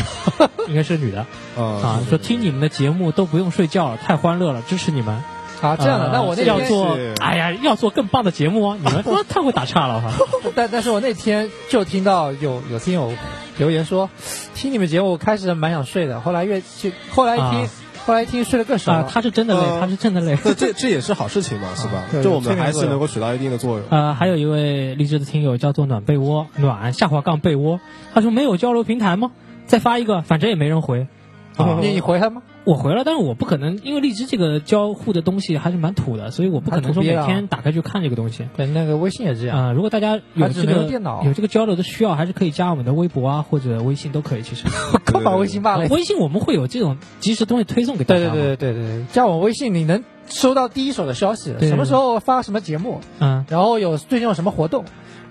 Speaker 6: 应该是女的
Speaker 1: 哦
Speaker 4: 啊。
Speaker 6: 啊说听你们的节目都不用睡觉了，太欢乐了，支持你们。
Speaker 1: 啊，这样的，
Speaker 6: 呃
Speaker 1: 那我那
Speaker 6: 要
Speaker 1: 天
Speaker 6: 做
Speaker 4: 是，
Speaker 6: 哎呀，要做更棒的节目哦！你们说太会打岔了
Speaker 1: (laughs)
Speaker 6: 哈。
Speaker 1: 但但是我那天就听到有有听友留言说，听你们节目开始蛮想睡的，后来越就后来一听
Speaker 6: 啊
Speaker 1: 后来一听睡得更少
Speaker 6: 啊
Speaker 1: 了，，
Speaker 6: 他是真的累，
Speaker 1: 哦
Speaker 4: 呃
Speaker 6: 他是真
Speaker 1: (laughs)
Speaker 6: 的累。
Speaker 4: 那
Speaker 6: (laughs)
Speaker 4: 这这也是好事情嘛，是吧？就我们还是能够起到一定的作用。
Speaker 6: 呃，还有一位励志的听友叫做暖被窝，暖下滑杠被窝，他说没有交流平台吗？再发一个，反正也没人回。啊，
Speaker 1: 你你回他吗？
Speaker 6: 我回了，但是我不可能，因为荔枝这个交互的东西还是蛮土的，所以我不可能说
Speaker 1: 还土
Speaker 6: 每
Speaker 1: 鳖啊
Speaker 6: 天打开去看这个东西。
Speaker 1: 对，那个微信也这样。
Speaker 6: 啊、如果大家有
Speaker 1: 还只
Speaker 6: 这
Speaker 1: 能
Speaker 6: 个
Speaker 1: 用电脑
Speaker 6: 有这个交流的需要，还是可以加我们的微博啊或者微信都可
Speaker 1: (laughs)
Speaker 6: 以。其实，
Speaker 1: 刚把微信骂了一顿。
Speaker 6: 微信我们会有这种及时东西推送给大
Speaker 1: 对对
Speaker 6: 家嘛。
Speaker 1: 对对对对对，加我微信你能收到第一手的消息，
Speaker 6: 对
Speaker 1: 什么时候发什么节目，
Speaker 6: 嗯，
Speaker 1: 然后有最近有什么活动，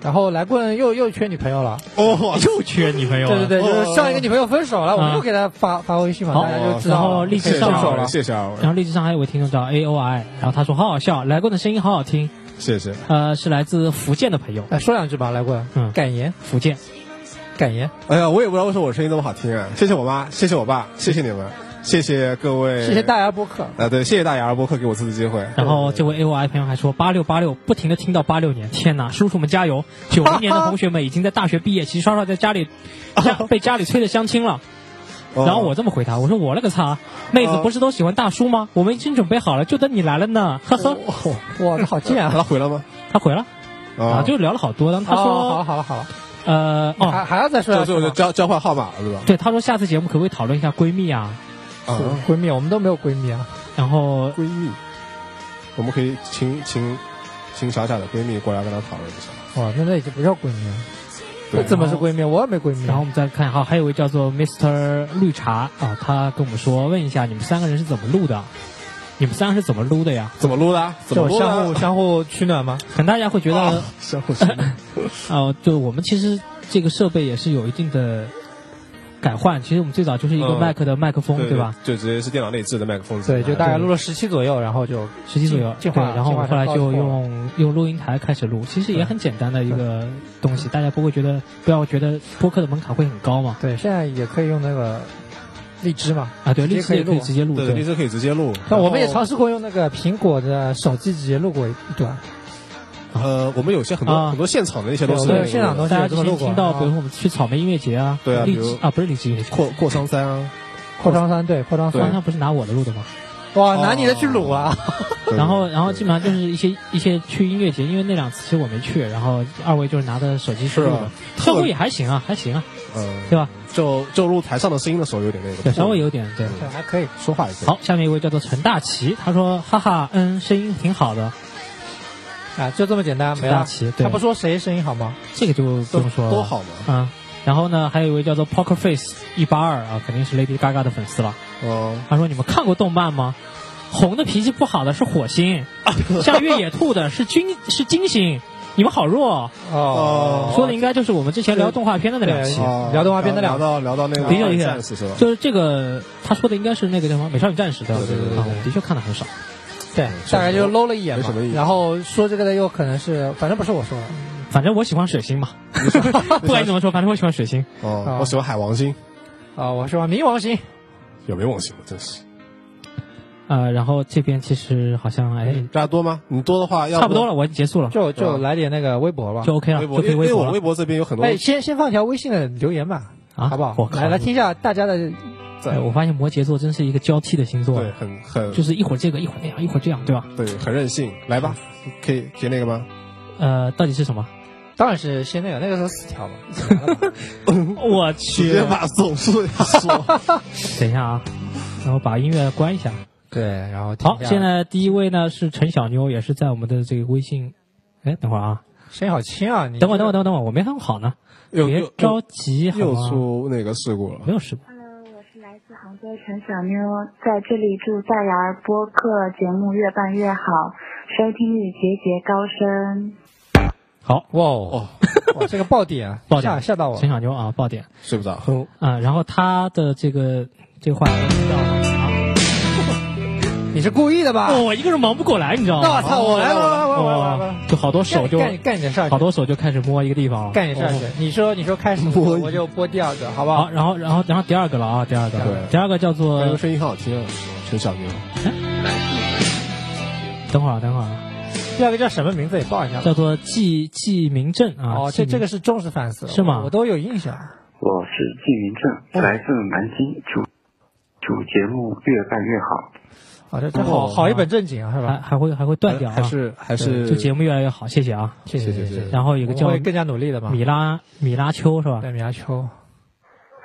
Speaker 1: 然后来棍又又缺女朋友了，
Speaker 4: 哦，
Speaker 6: 又缺女朋友
Speaker 1: 对对对，
Speaker 4: 哦
Speaker 1: 就是上一个女朋友分手了，我
Speaker 6: 啊
Speaker 1: 们又给他发发微信嘛，
Speaker 6: 好
Speaker 1: 大家就知
Speaker 6: 然
Speaker 1: 道
Speaker 6: 后
Speaker 1: 了。
Speaker 6: 立
Speaker 4: 谢
Speaker 6: 即
Speaker 4: 谢
Speaker 6: 上
Speaker 4: 二
Speaker 6: 手
Speaker 4: 位，
Speaker 6: 了。
Speaker 4: 谢谢二位
Speaker 6: 然，后荔枝上还有位听众叫 A O I，然后他说好好笑，来棍的声音好好听。
Speaker 4: 谢谢。
Speaker 6: 呃，是来自福建的朋友，
Speaker 1: 哎，说两句吧，来棍，
Speaker 6: 嗯
Speaker 1: 感言
Speaker 6: 福建
Speaker 1: 感言，
Speaker 4: 哎呀，我也不知道为什么我声音那么好听啊！谢谢我妈，谢谢我爸，谢谢你们，谢谢各位，
Speaker 1: 谢谢大啊家播客。
Speaker 4: 啊，对，谢谢大牙播客给我这次机会。
Speaker 6: 然后这位 A O I 朋友还说，八六八六不停的听到八六年，天哪，叔叔们加油！九零年的同学们已经在大学毕业，齐刷刷在家里家被家里催着相亲了。
Speaker 4: 哦
Speaker 6: 然后我这么回答，我说我勒个擦，妹子
Speaker 4: 哦
Speaker 6: 不是都喜欢大叔吗？我们已经准备好了，就等你来了呢，呵呵。
Speaker 1: 哇，这好贱
Speaker 4: (laughs)
Speaker 1: 啊！
Speaker 4: 他回了吗？哦
Speaker 6: 他回了啊，就聊了好多。然后他
Speaker 1: 哦好了
Speaker 6: 说，
Speaker 1: 好了好了，
Speaker 6: 呃，
Speaker 1: 还
Speaker 6: 哦，
Speaker 1: 还要再说
Speaker 4: 就
Speaker 1: 下去
Speaker 4: 就就
Speaker 1: 吗？
Speaker 4: 交交换号码了，对吧？
Speaker 6: 对，他说下次节目可不可以讨论一下闺蜜啊？
Speaker 4: 啊，
Speaker 1: 闺蜜，我们都没有闺蜜啊。
Speaker 6: 然后
Speaker 4: 闺蜜，我们可以请请请小小的闺蜜过来跟她讨论一下。
Speaker 1: 哇，那那已经不叫闺蜜了，
Speaker 4: 对
Speaker 1: 那怎么是闺蜜？我也没闺蜜
Speaker 6: 然。后我们再看，好，还有一位叫做 Mr 绿茶啊，他跟我们说，问一下你们三个人是怎么录的？你们三个是怎么录的呀？
Speaker 4: 怎么撸的啊？怎么
Speaker 1: 就
Speaker 4: 撸的
Speaker 1: 相互
Speaker 4: 啊？
Speaker 1: 相互取暖吗？
Speaker 6: 可能大家会觉得，
Speaker 1: 哦
Speaker 6: 啊、
Speaker 4: 相互相互，
Speaker 6: 就我们其实这个设备也是有一定的改换。其实我们最早就是一
Speaker 1: 哦
Speaker 6: 个
Speaker 4: 嗯
Speaker 6: 麦克的麦克风，对吧？？
Speaker 4: 就直接是电脑内置的麦克
Speaker 1: (laughs)
Speaker 4: 风。
Speaker 1: 对，就大概
Speaker 6: 对
Speaker 1: 录了十期左右，然后就
Speaker 6: 十几左右，
Speaker 1: 进
Speaker 6: 对。
Speaker 1: 化
Speaker 6: 然后我们后来
Speaker 1: 进化成高
Speaker 6: 就
Speaker 1: 级
Speaker 6: 用用录音台开始录，其实也很简单的一个东西，大家不会觉得不要觉得播客的门槛会很高嘛？
Speaker 1: 对，现在也可以用那个荔枝嘛。
Speaker 6: 啊，对，
Speaker 1: 直接
Speaker 6: 荔枝也
Speaker 1: 可
Speaker 6: 可
Speaker 1: 以
Speaker 6: 以
Speaker 1: 录
Speaker 6: 直接录，
Speaker 4: 对，荔
Speaker 6: 对，
Speaker 4: 枝可以直接录。
Speaker 1: 那我们也
Speaker 4: 然后
Speaker 1: 尝试过用那个苹果的手机直接录过一段，
Speaker 4: 呃，我们有些很多
Speaker 6: 啊
Speaker 4: 很多现场的那些都
Speaker 1: 对
Speaker 4: 是
Speaker 1: 我们有现场东西
Speaker 6: 大家
Speaker 1: 也
Speaker 6: 之
Speaker 1: 这么
Speaker 6: 前
Speaker 1: 录过。
Speaker 6: 听到，
Speaker 1: 啊
Speaker 6: 比如说我们去草莓音乐节啊，
Speaker 4: 对啊
Speaker 6: 荔
Speaker 4: 比如
Speaker 6: 枝啊，不是荔枝音乐节，
Speaker 4: 扩扩商三啊，
Speaker 1: 扩张三对扩张
Speaker 6: 刚
Speaker 1: 三
Speaker 6: 才不是拿我的录的吗？
Speaker 1: 哇，拿你的去卤啊！
Speaker 4: 对
Speaker 6: 然后，然后基本上就是一些一些去音乐节，因为那两次其实我没去，然后二位就是拿着手机去录
Speaker 4: 是
Speaker 6: 的
Speaker 4: 啊，
Speaker 6: 效果也还行啊，还行啊，
Speaker 4: 嗯，
Speaker 6: 对吧？
Speaker 4: 就就录台上的声音的时候有点那
Speaker 6: 对，
Speaker 4: 个，
Speaker 6: 稍微有点
Speaker 4: 嗯
Speaker 6: 对。
Speaker 1: 对，还可以。
Speaker 4: 说话也可以。
Speaker 6: 好，下面一位叫做陈大奇，他说：“哈哈，嗯，声音挺好的，
Speaker 1: 啊，就这么简单，没
Speaker 6: 陈大
Speaker 1: 了
Speaker 6: 奇。对
Speaker 1: 他不说谁声音好吗？
Speaker 6: 这个就不
Speaker 4: 都
Speaker 6: 用说了，
Speaker 4: 多好嘛，
Speaker 6: 啊。然后呢，还有一位叫做 Poker Face 一八二啊，肯定是 Lady Gaga 的粉丝了。
Speaker 4: 嗯，
Speaker 6: 他说：“你们看过动漫吗？红的脾气不好的是
Speaker 4: (laughs)
Speaker 6: 火星，像越野兔的是金是金星。你们好弱哦！
Speaker 1: 哦，
Speaker 6: 说的应该就是我们之前聊动画片的那两期。
Speaker 1: 对
Speaker 4: 哦
Speaker 1: 聊动画片的
Speaker 4: 聊
Speaker 1: 两
Speaker 4: 到聊到那个
Speaker 6: 的确的确
Speaker 4: 战士是吧？
Speaker 6: 就是这个，他说的应该是那个叫什么《美少女战士》对吧？
Speaker 4: 对对对对
Speaker 6: 啊，我的确看的很少。
Speaker 1: 对，大概就搂了一眼
Speaker 4: 没
Speaker 1: 嘛
Speaker 4: 什么意。思
Speaker 1: 然后说这个的又可能是，反正不是我说的。
Speaker 6: 反正我喜欢水星嘛，
Speaker 4: (laughs)
Speaker 6: 不管你怎么说，反正我喜欢水星。
Speaker 4: 哦
Speaker 1: 啊，
Speaker 4: 我喜欢海王星，
Speaker 1: 啊，我说冥王星，
Speaker 4: 有没王星的真
Speaker 6: 啊
Speaker 4: 是。
Speaker 6: 呃，然后这边其实好像哎，
Speaker 4: 大家多吗？你多的话要
Speaker 6: 差不多了，我结束了，
Speaker 1: 就
Speaker 4: 对吧
Speaker 1: 就来点那个微博吧。
Speaker 6: 就 OK 了，
Speaker 4: 微
Speaker 6: 就
Speaker 4: 博，
Speaker 6: 可以
Speaker 4: 因为因为
Speaker 6: 博
Speaker 4: 我
Speaker 6: 了
Speaker 4: 微博这边有很多
Speaker 1: 哎，先先放一条微信的留言吧，
Speaker 6: 啊，
Speaker 1: 好不好
Speaker 6: 我？靠
Speaker 1: 来来听一下大家的，
Speaker 4: 赞
Speaker 6: 哎，，我发现摩羯座真是一个交替的星座啊
Speaker 4: 对，，很很
Speaker 6: 就是一会儿这个，一会儿那样，一会儿这样，对吧？
Speaker 4: 对，很任性。来吧，
Speaker 6: 嗯
Speaker 4: 可以可以那个吗？
Speaker 6: 呃，到底是
Speaker 4: (laughs)
Speaker 6: 什么？
Speaker 1: 当然是先那个，那个时候四条嘛。讲了吧
Speaker 6: 我
Speaker 4: 直
Speaker 6: 去
Speaker 4: 接，把总数说。
Speaker 6: (laughs) 等一下啊，然后把音乐关一下。
Speaker 1: 对，然后听
Speaker 6: 好
Speaker 1: 一，下
Speaker 6: 现在第一位呢是陈小妞，也是在我们的这个微信。哎，等会儿啊，
Speaker 1: 声音好轻啊！你
Speaker 6: 等会儿，等会儿，等会儿，等会儿，我没很好呢，
Speaker 4: 又
Speaker 6: 别
Speaker 4: 又
Speaker 6: 着急，好
Speaker 4: 又
Speaker 6: 吗？
Speaker 4: 出那个事故了。
Speaker 6: 没有事故。
Speaker 3: Hello，我是来自杭州陈小妞，在这里祝大牙儿播客节目越办越好，收听率节节高升。
Speaker 6: 好，
Speaker 1: 哇哦，哇这个爆点，啊
Speaker 6: 爆
Speaker 1: 吓
Speaker 6: 点
Speaker 1: 吓到我
Speaker 6: 陈。小妞啊，爆点
Speaker 4: 睡不着，
Speaker 6: 啊、然后他的这个这个话我听到了
Speaker 1: 你是故意的吧
Speaker 6: 啊，？我一个人忙不过来，你知道
Speaker 1: 那我
Speaker 6: 吗？
Speaker 1: 操，我来了，我来了我来了我来
Speaker 6: 哦
Speaker 1: 了，
Speaker 6: 就好多手就
Speaker 1: 干干点事儿去，
Speaker 6: 好多手就开始摸一个地方了。哦
Speaker 1: 干点事儿去。你说你说开始，
Speaker 4: 摸
Speaker 1: 我
Speaker 4: 鱼
Speaker 1: 我就播第二个，好不
Speaker 6: 好，
Speaker 1: 好？
Speaker 6: 然后然后然后第二个了啊，第二个
Speaker 4: 对，
Speaker 6: 第二个叫做
Speaker 4: 那个声音很好听啊，陈小牛。
Speaker 6: 等会儿啊等会儿啊，
Speaker 1: 第二个叫什么名字也报一下吧。
Speaker 6: 叫做季季明正啊。
Speaker 1: 哦，这
Speaker 6: 季明
Speaker 1: 这个是忠实粉丝，
Speaker 6: 是吗
Speaker 1: 我我都有印象。
Speaker 2: 我是季云
Speaker 4: 哦
Speaker 2: 正，来自南京，祝祝节目越办越好。
Speaker 1: 啊，这这好
Speaker 6: 哦
Speaker 1: 好一本正经啊，是
Speaker 6: 还
Speaker 1: 吧？
Speaker 6: 还会还会断掉啊，
Speaker 4: 还是还
Speaker 6: 对
Speaker 4: 是
Speaker 6: 就节目越来越好，谢谢啊。
Speaker 1: 谢
Speaker 4: 谢谢谢
Speaker 6: 然后有个
Speaker 1: 我
Speaker 6: 叫
Speaker 1: 会更加努力的嘛。
Speaker 6: 米拉米拉秋是吧？
Speaker 1: 对米亚秋，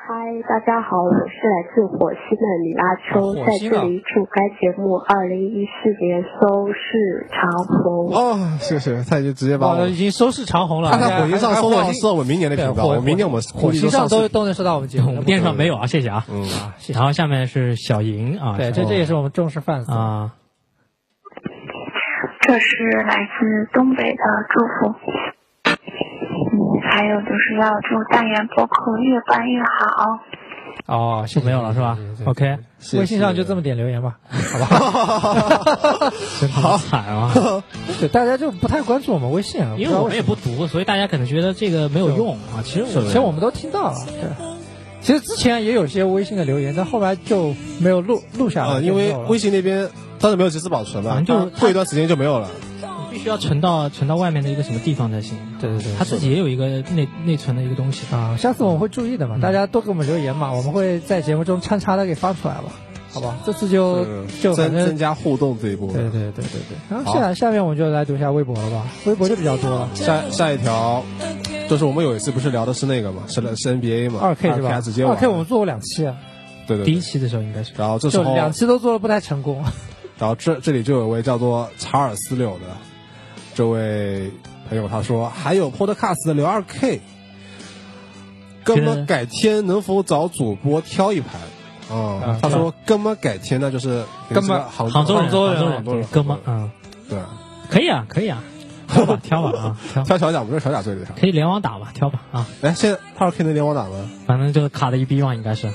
Speaker 3: 嗨，大家好，我是来自火星的米拉秋，
Speaker 1: 啊火
Speaker 3: 在
Speaker 1: 星啊
Speaker 3: 这里祝该节目二零一四年收视长虹。
Speaker 4: 哦，谢谢，他已经直接把
Speaker 1: 哇，
Speaker 4: 我
Speaker 1: 已。经收视长虹了。 (laughs)
Speaker 4: 他在火星上
Speaker 1: 啊还还
Speaker 4: 搜到
Speaker 1: 火
Speaker 4: 的
Speaker 1: 星
Speaker 4: 是我们明年的频
Speaker 1: 对
Speaker 4: 道，
Speaker 1: 火
Speaker 4: 我明年我们
Speaker 1: 火星上都都能收到我们节
Speaker 6: 我
Speaker 1: 目
Speaker 6: 们。电上没有啊，谢谢啊。
Speaker 4: 嗯，
Speaker 6: 然后下面是小莹啊，
Speaker 1: 对，这这也是我们重视粉丝。
Speaker 6: 啊，
Speaker 3: 这是来自东北的祝福。嗯，还有就是要祝大牙播客越办越好。
Speaker 1: 哦，谢谢
Speaker 6: 没有了是吧
Speaker 1: 谢谢谢谢
Speaker 6: ？OK，
Speaker 4: 谢谢
Speaker 1: 微信上就这么点留言吧，好吧？ (laughs)
Speaker 6: 真的好惨啊，
Speaker 1: 对，大家就不太关注我们微信啊，
Speaker 6: 因
Speaker 1: 知
Speaker 6: 为
Speaker 1: 道
Speaker 6: 我
Speaker 1: 为
Speaker 6: 们
Speaker 1: 什
Speaker 6: 也
Speaker 1: 么
Speaker 6: 不读，所以大家可能觉得这个没有用啊。其实我
Speaker 1: 其实我们都听到了，对。其实之前也有一些微信的留言，但后来就没有录录下
Speaker 6: 啊
Speaker 1: 来，
Speaker 4: 呃，因为微
Speaker 1: 信
Speaker 4: 信那边当时没有及时保存嘛啊
Speaker 6: 反，正就
Speaker 4: 它过一段时间就没有了。
Speaker 6: 必须要存到存到外面的一个什么地方才行。
Speaker 1: 对对对
Speaker 6: 他自己也有一个内内存的一个东西。
Speaker 1: 啊，下次我们会注意的嘛，大家多给我们留言嘛，我们会在节目中穿插的给发出来吧，好不好？这次就就
Speaker 4: 嗯增
Speaker 1: 反正
Speaker 4: 增加互动这一部
Speaker 1: 对
Speaker 4: 分。
Speaker 1: 对对对对。然后下下面我们就来读一下微博了吧，微博就比较多了。
Speaker 4: 下下一条就是我们有一次不是聊的是那个嘛，是是 NBA 嘛，
Speaker 1: 二 K 是吧？
Speaker 4: 直接玩
Speaker 1: 二 K 我们做过两期，
Speaker 4: 对对
Speaker 6: 第
Speaker 4: 对
Speaker 6: 一。期的时候应该是
Speaker 4: 然后这时
Speaker 1: 就
Speaker 4: 候，
Speaker 1: 两期都做的不太成功。
Speaker 4: 然后这这里就有位叫做查尔斯柳的这位朋友，他说还有 Podcast 的刘二 K，哥
Speaker 6: 觉
Speaker 4: 们
Speaker 6: 得
Speaker 4: 改天能否找主播挑一盘？嗯
Speaker 1: 啊，
Speaker 4: 他说哥们改天那就是
Speaker 1: 哥们
Speaker 4: 杭
Speaker 6: 杭州人，啊
Speaker 1: 杭州人
Speaker 6: 杭
Speaker 4: 杭
Speaker 6: 州
Speaker 4: 州
Speaker 6: 人，
Speaker 4: 人
Speaker 6: 哥们，嗯，
Speaker 4: 对，
Speaker 6: 可以啊，可
Speaker 1: (laughs)
Speaker 6: 以啊，挑吧，挑吧啊，挑， (laughs)
Speaker 4: 挑小贾不是小贾最厉害。
Speaker 6: 可以联网打吧，挑吧啊，
Speaker 4: 哎，现在二 K 能联网打
Speaker 1: (laughs)
Speaker 4: 吗？
Speaker 6: 反正就卡的一逼嘛，应该是。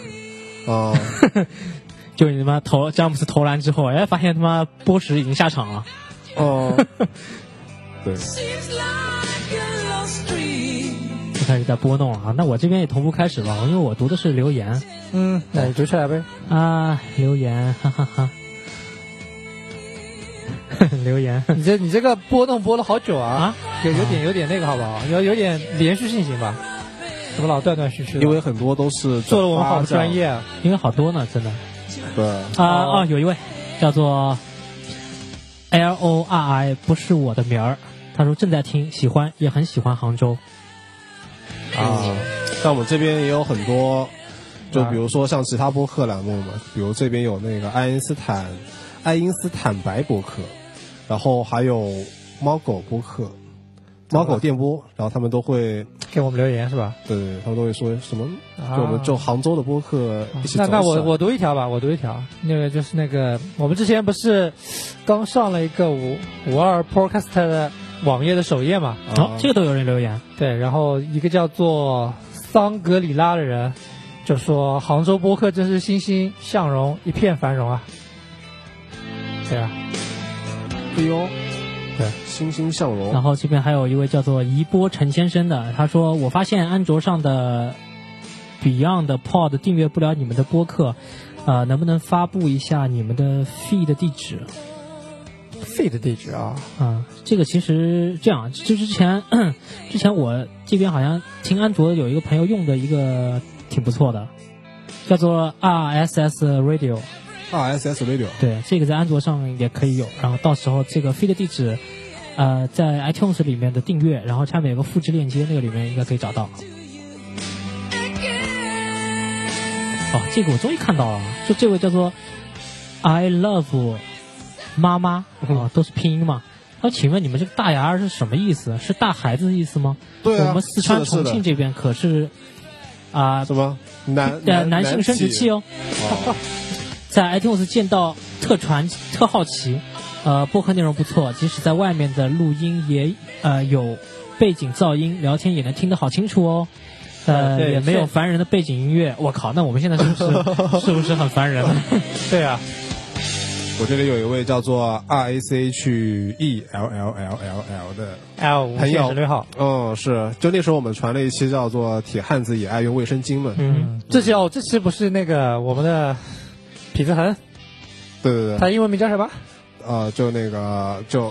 Speaker 4: 哦，
Speaker 6: 就你他妈投詹姆斯投篮之后，哎，发现他妈波什已经下场了，
Speaker 4: 哦，对，
Speaker 7: Seems like a lost dream.
Speaker 6: 就开始在波动了啊。那我这边也同步开始吧，因为我读的是留言
Speaker 1: 嗯，那你读出来呗。
Speaker 6: 啊，留言，哈哈 (laughs) 哈，留言
Speaker 1: 你这你这个波动波了好久啊
Speaker 6: 啊，
Speaker 1: 有有点有点那个好不好？有有点连续性行吧，怎么老断断续续的？
Speaker 4: 因为很多都是
Speaker 1: 做的我们好不专，业啊。
Speaker 6: 因为好多呢，真的
Speaker 4: 对，
Speaker 1: 哦
Speaker 6: 啊啊，有一位叫做 L O R I，不是我的名儿。他说正在听，喜欢，也很喜欢杭州。
Speaker 4: 啊，但我们这边也有很多，就比如说像其他播客栏目嘛，比如这边有那个爱因斯坦、爱因斯坦白播客，然后还有猫狗播客、猫狗电波，然后他们都会，
Speaker 1: 给我们留言是吧？
Speaker 4: 对对，对他们都会说什么，
Speaker 1: 啊
Speaker 4: 就我们就杭州的播客一起
Speaker 1: 那
Speaker 4: 走
Speaker 1: 那我
Speaker 4: 起来
Speaker 1: 我读一条吧，我读一条，那个就是那个我们之前不是刚上了一个五五二 Podcast 的网页的首页嘛？
Speaker 6: 哦
Speaker 4: 啊，
Speaker 6: 这个都有人留言，
Speaker 1: 对，然后一个叫做桑格里拉的人就说：“杭州播客真是欣欣向荣，一片繁荣啊！”对啊，
Speaker 4: 哎呦，
Speaker 1: 对，
Speaker 4: 欣欣向
Speaker 1: 哦
Speaker 4: 荣
Speaker 6: 然后这边还有一位叫做怡波陈先生的，他说：“我发现安卓上的 Beyond 的 Pod 订阅不了你们的播客，呃，能不能发布一下你们的 feed 的地址？
Speaker 1: 费的地址啊，
Speaker 6: 啊、这个其实这样，就之前 (coughs) 之前我这边好像听安卓有一个朋友用的一个挺不错的，叫做 RSS Radio，
Speaker 4: ，RSS Radio
Speaker 6: 对，这个在安卓上也可以有。然后到时候这个 feed 地址，呃，在 iTunes 里面的订阅，然后下面有个复制链接，那个里面应该可以找到。哦，这个我终于看到了，就这位叫做 I love 妈妈
Speaker 4: 嗯
Speaker 6: 哦，都是拼音嘛。那请问你们这个大牙儿是什么意思？是大孩子的意思吗？
Speaker 4: 对啊
Speaker 6: 我们四川、
Speaker 4: 是的
Speaker 6: 重庆这边可是啊，
Speaker 4: 什么男
Speaker 6: 呃，男性生殖器
Speaker 4: 哦，
Speaker 6: 哦。 (laughs) 在 iTunes 见到特传特好奇，呃，播客内容不错，即使在外面的录音也呃有背景噪音，聊天也能听得好清楚哦。
Speaker 1: 啊
Speaker 6: 呃，
Speaker 1: 对
Speaker 6: 也没有
Speaker 1: 是
Speaker 6: 烦人的背景音乐。我靠，那我们现在是不是是不是很烦人？
Speaker 1: 对啊，
Speaker 4: 我这里有一位叫做 R A C H E L L L L L 的
Speaker 1: L 五
Speaker 4: 朋
Speaker 1: 线
Speaker 4: 友
Speaker 1: 十六号，，
Speaker 4: 嗯，是，就那时候我们传了一期叫做《铁汉子也爱用卫生巾》嘛，
Speaker 6: 嗯，
Speaker 1: 这期哦，这期不是那个我们的痞子恒，
Speaker 4: 对对对，
Speaker 1: 他英文名叫什么？
Speaker 4: 呃，就那个就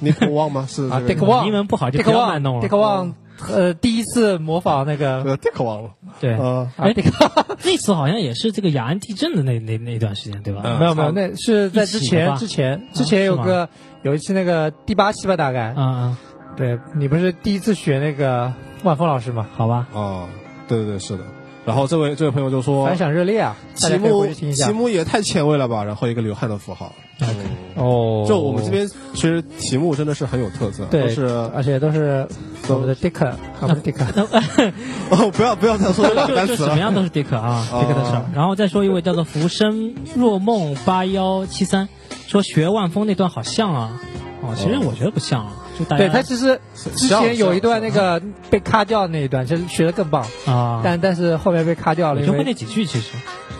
Speaker 4: Nick Wang 吗？
Speaker 1: (laughs)
Speaker 4: 是
Speaker 1: 啊
Speaker 4: 这
Speaker 1: ，Dick
Speaker 4: 个
Speaker 1: Wang，
Speaker 6: 英文不好就
Speaker 1: Dick
Speaker 6: 不要乱弄
Speaker 1: Wang，Dick
Speaker 6: 了。
Speaker 1: Wang，呃，第一次模仿那个
Speaker 4: 呃 Dick Wang
Speaker 6: 对，
Speaker 4: 呃，
Speaker 1: 啊
Speaker 6: 哎
Speaker 1: ，Dick Wang。
Speaker 6: 那次好像也是这个雅安地震的那那那段时间，对吧？
Speaker 4: 嗯
Speaker 1: 呃没有没有，那是在之
Speaker 6: 一起的
Speaker 1: 前
Speaker 6: 吧
Speaker 1: 之前之前有个有一期那个第八期吧，大概
Speaker 6: 嗯，嗯，
Speaker 1: 对你不是第一次学那个万峰老师吗？
Speaker 6: 好吧。
Speaker 4: 哦，对对对，是的。然后这位这位朋友就说
Speaker 1: 反，响热烈啊，大
Speaker 4: 题
Speaker 1: 家可以
Speaker 4: 目
Speaker 1: 回去听一下
Speaker 4: 题。目也太前卫了吧，然后一个流汗的符号，
Speaker 1: 哦
Speaker 4: 就我们这边其实题目真的是很有特色，
Speaker 1: 对
Speaker 4: 都是 (laughs)
Speaker 1: 而且都是
Speaker 4: 都
Speaker 1: 我们的 Dick，啊不 (laughs) 是 Dick，
Speaker 4: 哦，不要不要再说这个
Speaker 6: (laughs)
Speaker 1: (laughs)
Speaker 6: 就
Speaker 4: 单
Speaker 6: 就
Speaker 4: 词
Speaker 6: 怎么
Speaker 4: 了，
Speaker 6: 样都是 Dick 啊
Speaker 4: 哦
Speaker 6: ，Dick 的事儿。然后再说一位叫做浮生若梦八幺七三，说学万峰那段好像啊，哦，其实我觉得不像啊，就大家
Speaker 1: 对他其实之前有一段那个被卡掉的那一段，其实学的更棒，
Speaker 6: 啊，
Speaker 1: 但但是后面被卡掉
Speaker 6: 我
Speaker 1: 了，
Speaker 6: 就
Speaker 1: 因
Speaker 6: 会那
Speaker 1: 为
Speaker 6: 几句其实。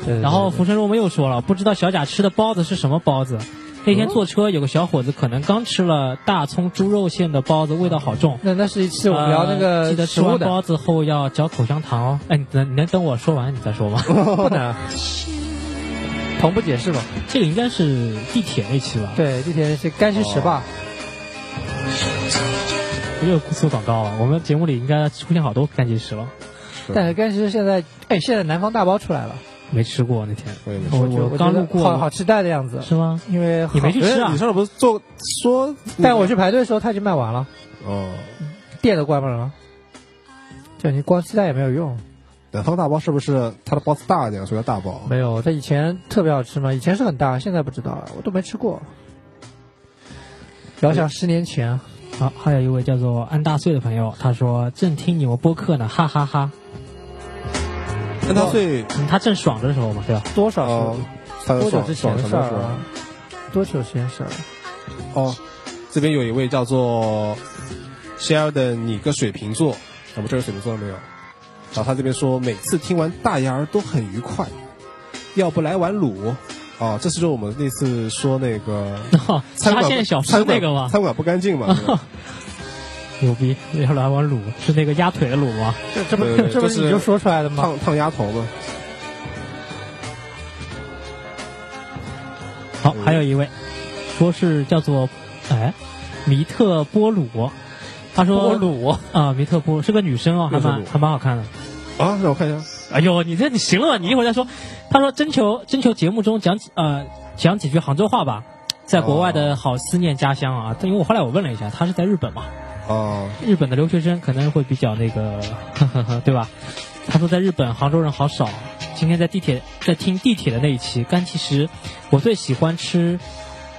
Speaker 1: 对
Speaker 6: 然后浮生若梦又说了，不知道小贾吃的包子是什么包子。那
Speaker 1: 哦
Speaker 6: 天坐车，有个小伙子可能刚吃了大葱猪肉馅的包子，味道好重。
Speaker 1: 那那是一期我们聊那
Speaker 6: 呃记
Speaker 1: 个
Speaker 6: 得
Speaker 1: 食
Speaker 6: 吃
Speaker 1: 物
Speaker 6: 完
Speaker 1: 的，
Speaker 6: 包子后要嚼口香糖哦。哎，你能你能等我说完你再
Speaker 1: (laughs)
Speaker 6: 说吗？
Speaker 1: 不能同步解释吧？
Speaker 6: 这个应该是地铁那期吧？
Speaker 1: 对，地铁是干虚实吧？
Speaker 6: 又做广告了，我们节目里应该出现好多干鸡食了，
Speaker 1: 但是干虚实现在，哎，现在南方大包出来了，
Speaker 6: 没吃过那天，
Speaker 4: 我也没
Speaker 6: 我
Speaker 1: 觉得
Speaker 6: 我刚路过
Speaker 1: 好好期待的样子，
Speaker 6: 是吗？
Speaker 1: 因为呃
Speaker 6: 你没去吃
Speaker 4: 哎
Speaker 6: 啊
Speaker 4: 你？上次不是做说？
Speaker 1: 但我去排队的时候，它已经卖完了，
Speaker 4: 哦，
Speaker 1: 店都关门了，就你光期待也没有用。
Speaker 4: 南方大包是不是它的包子大一点，所以叫大包？
Speaker 1: 没有，它以前特别好吃嘛，以前是很大，现在不知道了，我都没吃过。遥想十年前，
Speaker 6: 好、啊还有一位叫做安大岁的朋友，他说正听你们播客呢， (laughs) 哈哈哈
Speaker 4: 但它最
Speaker 6: 嗯他正爽的时候嘛，对吧？
Speaker 1: 多少时候
Speaker 4: 哦，它
Speaker 1: 多久
Speaker 4: 爽
Speaker 1: 之前
Speaker 4: 爽
Speaker 1: 的
Speaker 4: 什
Speaker 1: 事
Speaker 4: 么
Speaker 1: 儿
Speaker 4: 时
Speaker 1: 啊
Speaker 4: 候？？
Speaker 1: 多久之前的事儿？啊
Speaker 4: 哦，这边有一位叫做 Sheldon，你个水瓶座，我们这个水瓶座没有。然后他这边说，每次听完大牙儿都很愉快，要不来碗卤？哦，这是就我们那次说那个餐
Speaker 6: 沙
Speaker 4: 馆
Speaker 6: 县小吃
Speaker 4: 餐馆
Speaker 6: 那个吗？
Speaker 4: 餐馆不干净嘛？对吧
Speaker 6: 牛逼！要来碗卤，是那个鸭腿的卤吗？
Speaker 1: 这这不
Speaker 4: 对对对
Speaker 1: 这不
Speaker 4: 就是
Speaker 1: 你就说出来的吗？
Speaker 4: 烫烫鸭头嘛？
Speaker 6: 好，还有一位说是叫做哎米特波鲁，他说
Speaker 1: 波鲁
Speaker 6: 啊、米特波鲁是个女生哦，还
Speaker 4: 米特
Speaker 6: 蛮
Speaker 4: 鲁
Speaker 6: 还蛮好看的。
Speaker 4: 啊，让我看一下。
Speaker 6: 哎呦，你这你行了吧？你一会儿再说。他说征求征求节目中讲呃讲几句杭州话吧。在国外的好思念家乡啊，但因为我后来我问了一下，他是在日本嘛，
Speaker 4: 哦，
Speaker 6: 日本的留学生可能会比较那个， (laughs) 呵呵呵，对吧？他说在日本杭州人好少。今天在地铁在听地铁的那一期，但其实我最喜欢吃，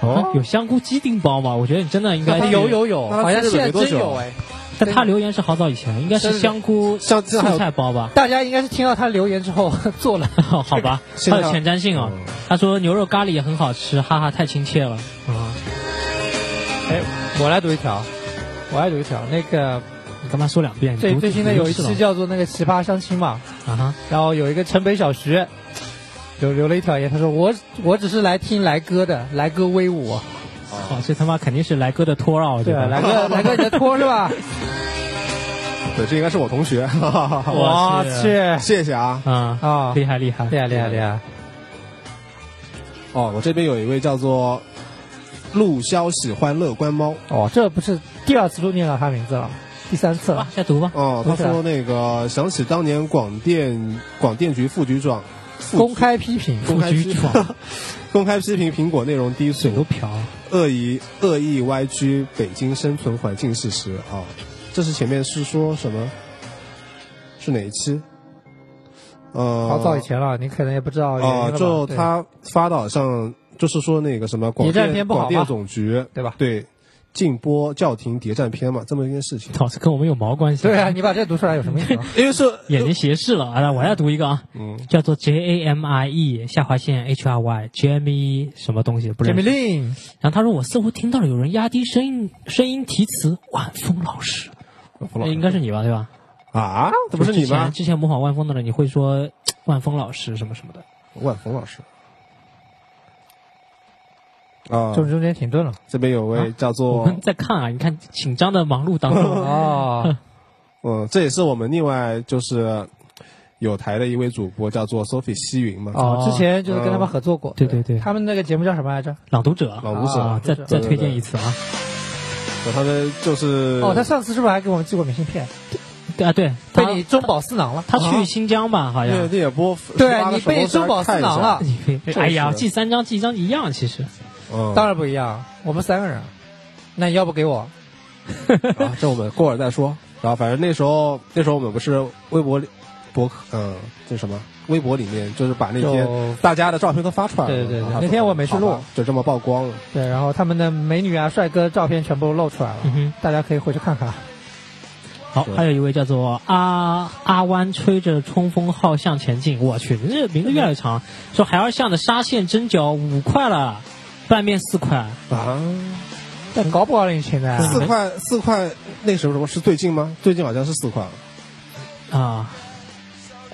Speaker 6: 啊
Speaker 4: 哦
Speaker 6: 有香菇鸡丁包吗？我觉得你真的应该
Speaker 4: 那他
Speaker 1: 有有有，
Speaker 4: 那他
Speaker 1: 好像
Speaker 4: 吃
Speaker 1: 现在
Speaker 4: 了没多
Speaker 1: 真
Speaker 4: 久啊
Speaker 1: 有哎。
Speaker 6: 但他留言是好早以前，应该是香菇
Speaker 4: 像
Speaker 6: 素
Speaker 4: 这还有
Speaker 6: 菜包吧？
Speaker 1: 大家应该是听到他留言之后 (laughs) 做了。
Speaker 6: (laughs) 好吧，
Speaker 4: 现
Speaker 6: 还
Speaker 4: 在
Speaker 6: 有前瞻性哦
Speaker 4: 嗯。
Speaker 6: 他说牛肉咖喱也很好吃，哈哈，太亲切了。啊，
Speaker 1: 哎，我来读一条，我来读一条。那个
Speaker 6: 你干嘛说两遍？你
Speaker 1: 最
Speaker 6: 读
Speaker 1: 最新的
Speaker 6: 读
Speaker 1: 有一
Speaker 6: 是了
Speaker 1: 期叫做那个奇葩相亲嘛，
Speaker 6: 啊哈，
Speaker 1: 然后有一个城北小学，留留了一条言，他说我我只是来听来哥的，来哥威武，
Speaker 6: 哦，这他妈肯定是来哥的托啊绕，
Speaker 1: 对吧？
Speaker 6: 吧？
Speaker 1: 来哥 (laughs) 来哥你的托是吧？
Speaker 4: 对，这应该是我同学， (laughs) 哈哈哈哈
Speaker 6: 我
Speaker 1: 我去
Speaker 6: 去
Speaker 4: 谢谢啊。
Speaker 6: 啊
Speaker 1: 啊
Speaker 6: 厉害厉害
Speaker 1: 厉害厉害厉害！
Speaker 4: 哦，我这边有一位叫做陆骁喜欢乐观猫。
Speaker 1: 哦，这不是第二次录念到他名字了，第三次了
Speaker 6: 啊，。再读吧。
Speaker 4: 哦，他说那个想起当年广电广电局副局长
Speaker 1: (laughs)
Speaker 4: 副
Speaker 1: 公开批评，
Speaker 4: 公开
Speaker 6: 局
Speaker 4: 批评
Speaker 6: 长
Speaker 4: 公开批评苹果内容低
Speaker 6: 嘴都
Speaker 4: 俗、
Speaker 6: 瓢了。
Speaker 4: 恶意恶意歪曲北京生存环境事实啊、这是前面是说什么？是哪一期？呃，
Speaker 1: 好早以前了，你可能也不知道原因
Speaker 4: 哦、
Speaker 1: 了吧
Speaker 4: 就
Speaker 1: 对
Speaker 4: 他发的好像就是说那个什么广
Speaker 1: 谍战片
Speaker 4: 电
Speaker 1: 不好吧
Speaker 4: 广电总局
Speaker 1: 对吧
Speaker 4: 对，禁播叫停谍战片嘛，这么一件事情。
Speaker 6: (laughs) 老师跟我们有毛关系？
Speaker 1: 对啊，，你把这读出来有什么意思吗？
Speaker 4: 因为是
Speaker 6: 眼睛斜视了啊！那我再读一个啊，
Speaker 4: 嗯
Speaker 6: 叫做 J A M I E 下划线 H R Y Jamie E 什么东西不
Speaker 1: j
Speaker 6: 认
Speaker 1: a
Speaker 6: 识
Speaker 1: m i。l E
Speaker 6: 然后他说我似乎听到了有人压低声音声音提词，晚风老师，那应该是你吧，对吧？
Speaker 4: 啊，这不是你
Speaker 6: 之前
Speaker 4: 吗？
Speaker 6: 之前模仿万峰的人，你会说万峰老师什么什么的。
Speaker 4: 万峰老师。啊、
Speaker 1: 政治中间停顿了。
Speaker 4: 这边有
Speaker 1: 啊
Speaker 4: 位叫
Speaker 6: 我 (laughs)
Speaker 4: 做、
Speaker 6: 们在看啊，你看紧张的忙碌当中，
Speaker 4: 啊
Speaker 1: 哦，
Speaker 4: 嗯，这也是我们另外就是有台的一位主播叫做 Sophie 西云嘛，
Speaker 1: 哦，之前就是跟他们合作过。
Speaker 6: 对对对
Speaker 1: 他们那个节目叫什么来着？
Speaker 6: 朗读者，
Speaker 4: 朗读者
Speaker 6: 啊，再
Speaker 1: 朗读者
Speaker 6: 再推荐一次啊！
Speaker 4: 他们就是
Speaker 1: 哦，他上次是不是还给我们寄过明信片？
Speaker 6: 对啊，对，呃他
Speaker 1: 被你中饱私囊了。
Speaker 6: 他去新疆吧，好像
Speaker 4: 聂。聂波
Speaker 1: 哎对你被中饱私囊了，，
Speaker 6: 哎呀，
Speaker 4: 就是
Speaker 6: 寄三张寄一张一样，其实
Speaker 4: 嗯，
Speaker 1: 当然不一样，我们三个人。那你要不给我？
Speaker 4: 然、 (laughs) 啊、这我们过会儿再说。然后反正那时候那时候我们不是微博里博客嗯这什么微博里面就是把那
Speaker 1: 就
Speaker 4: 天大家的照片都发出来了，
Speaker 1: 对对对
Speaker 4: 然后
Speaker 1: 那天我没去录
Speaker 4: 好吧就这么曝光了。
Speaker 1: 对，然后他们的美女啊、帅哥照片全部露出来了，
Speaker 6: 嗯哼
Speaker 1: 大家可以回去看看。
Speaker 6: 好，还有一位叫做阿阿湾吹着冲锋号向前进，我去，这名字越来越长。说海二巷的沙县蒸饺五块了，拌面四块，
Speaker 4: 啊，
Speaker 1: 但搞不搞你啊现在？
Speaker 6: (laughs)
Speaker 4: 四块四块，那时候什么是最近吗？最近好像是四块。
Speaker 6: 啊，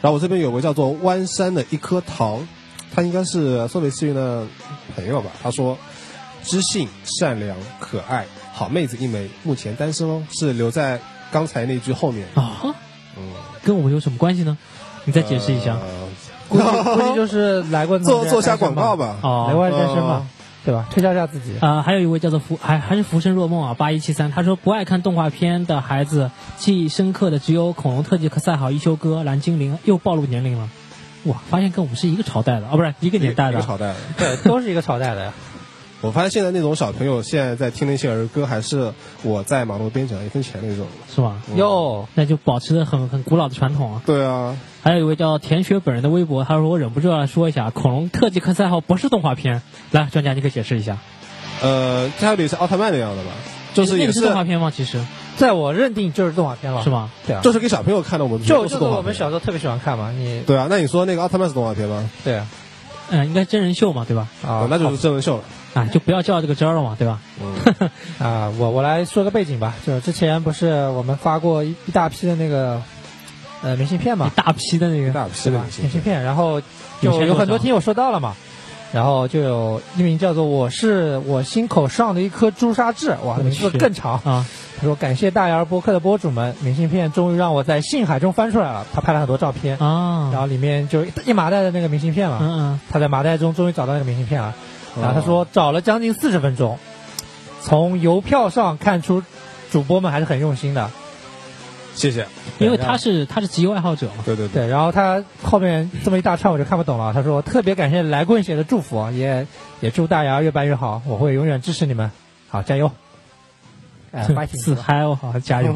Speaker 4: 然后我这边有个叫做湾山的一颗糖，他应该是苏北西云的朋友吧？他说，知性、善良、可爱，好妹子一枚，目前单身哦，是留在刚才那句后面。
Speaker 6: 啊，
Speaker 4: 嗯，呃
Speaker 6: 跟我们有什么关系呢？你再解释一下。
Speaker 1: 估
Speaker 4: (laughs)
Speaker 1: 计估计就是来过
Speaker 4: 做做下广告
Speaker 1: 吧，
Speaker 4: 吧。
Speaker 1: 来
Speaker 6: 哦，
Speaker 1: 过单身嘛，对吧？推销一下自己。
Speaker 6: (laughs) 啊，还有一位叫做浮，还还是浮生若梦啊，八一七三，他说不爱看动画片的孩子，记忆深刻的只有恐龙特技克赛号、一休哥、蓝精灵，又暴露年龄了。哇，发现跟我们是一个朝代的，哦，不是一个
Speaker 4: 一
Speaker 6: 年代
Speaker 4: 一
Speaker 6: 的
Speaker 4: 个。朝代的，
Speaker 1: 对，都是一个朝代的呀。
Speaker 4: 我发现现在那种小朋友现在在听那些儿歌，还是我在马路边捡了一分钱那种。
Speaker 6: 是吧？
Speaker 4: 嗯
Speaker 1: 哟，
Speaker 6: 那就保持着很很古老的传统啊。
Speaker 4: 对啊，
Speaker 6: 还有一位叫田雪本人的微博，他说我忍不住要说一下，恐龙特技克赛号不是动画片。来，专家你可以解释一下，
Speaker 4: 呃，它有点像奥特曼那样的吧，就是
Speaker 6: 那
Speaker 4: 也
Speaker 6: 个是动画片吗？其实
Speaker 1: 在我认定就是动画片了，
Speaker 6: 是？吗？
Speaker 1: 对啊，
Speaker 4: 就是给小朋友看的，我们
Speaker 1: 就
Speaker 4: 都
Speaker 1: 就是是
Speaker 4: 动画
Speaker 1: 我们
Speaker 4: 片
Speaker 1: 小时候特别喜欢看嘛，你
Speaker 4: 对啊，那你说那个奥特曼是动画片吗？
Speaker 1: 对啊
Speaker 6: 嗯、应该真人秀嘛，对吧？
Speaker 4: 啊
Speaker 1: 啊，
Speaker 4: 那就是真人秀了。嗯
Speaker 6: 啊，就不要叫这个真儿了嘛，对吧？
Speaker 1: 啊，我我来说个背景吧，就是之前不是我们发过一一大批的那个呃明信片
Speaker 6: 一
Speaker 1: 嘛，
Speaker 6: 大批的那
Speaker 4: 一
Speaker 6: 个，
Speaker 4: 大批
Speaker 1: 对
Speaker 4: 的
Speaker 1: 吧
Speaker 4: 明？星
Speaker 1: 明信片，然后就
Speaker 6: 有
Speaker 1: 有很多
Speaker 6: 钱
Speaker 1: 听友收到了嘛，然后就有一名叫做我是我心口上的一颗朱砂痣，哇，
Speaker 6: 我
Speaker 1: 名字
Speaker 6: 去
Speaker 1: 更长。
Speaker 6: 啊，
Speaker 1: 他说感谢大姚播客的播主们，明信片终于让我在信海中翻出来了。他拍了很多照片，
Speaker 6: 啊，
Speaker 1: 然后里面就一一麻袋的那个明信片嘛，
Speaker 6: 嗯
Speaker 1: 他在麻袋中终于找到那个明信片了。啊然后他说找了将近四十分钟，从邮票上看出主播们还是很用心的。
Speaker 4: 谢谢。
Speaker 6: 因为他是他是集邮爱好者嘛。
Speaker 4: 对对对，
Speaker 1: 对，然后他后面这么一大串我就看不懂了。他说特别感谢来棍写的祝福啊，也也祝大牙越办越好，我会永远支持你们，好加油！哎，发信息
Speaker 6: 自
Speaker 1: 吧，
Speaker 6: 嗨哦，好加油！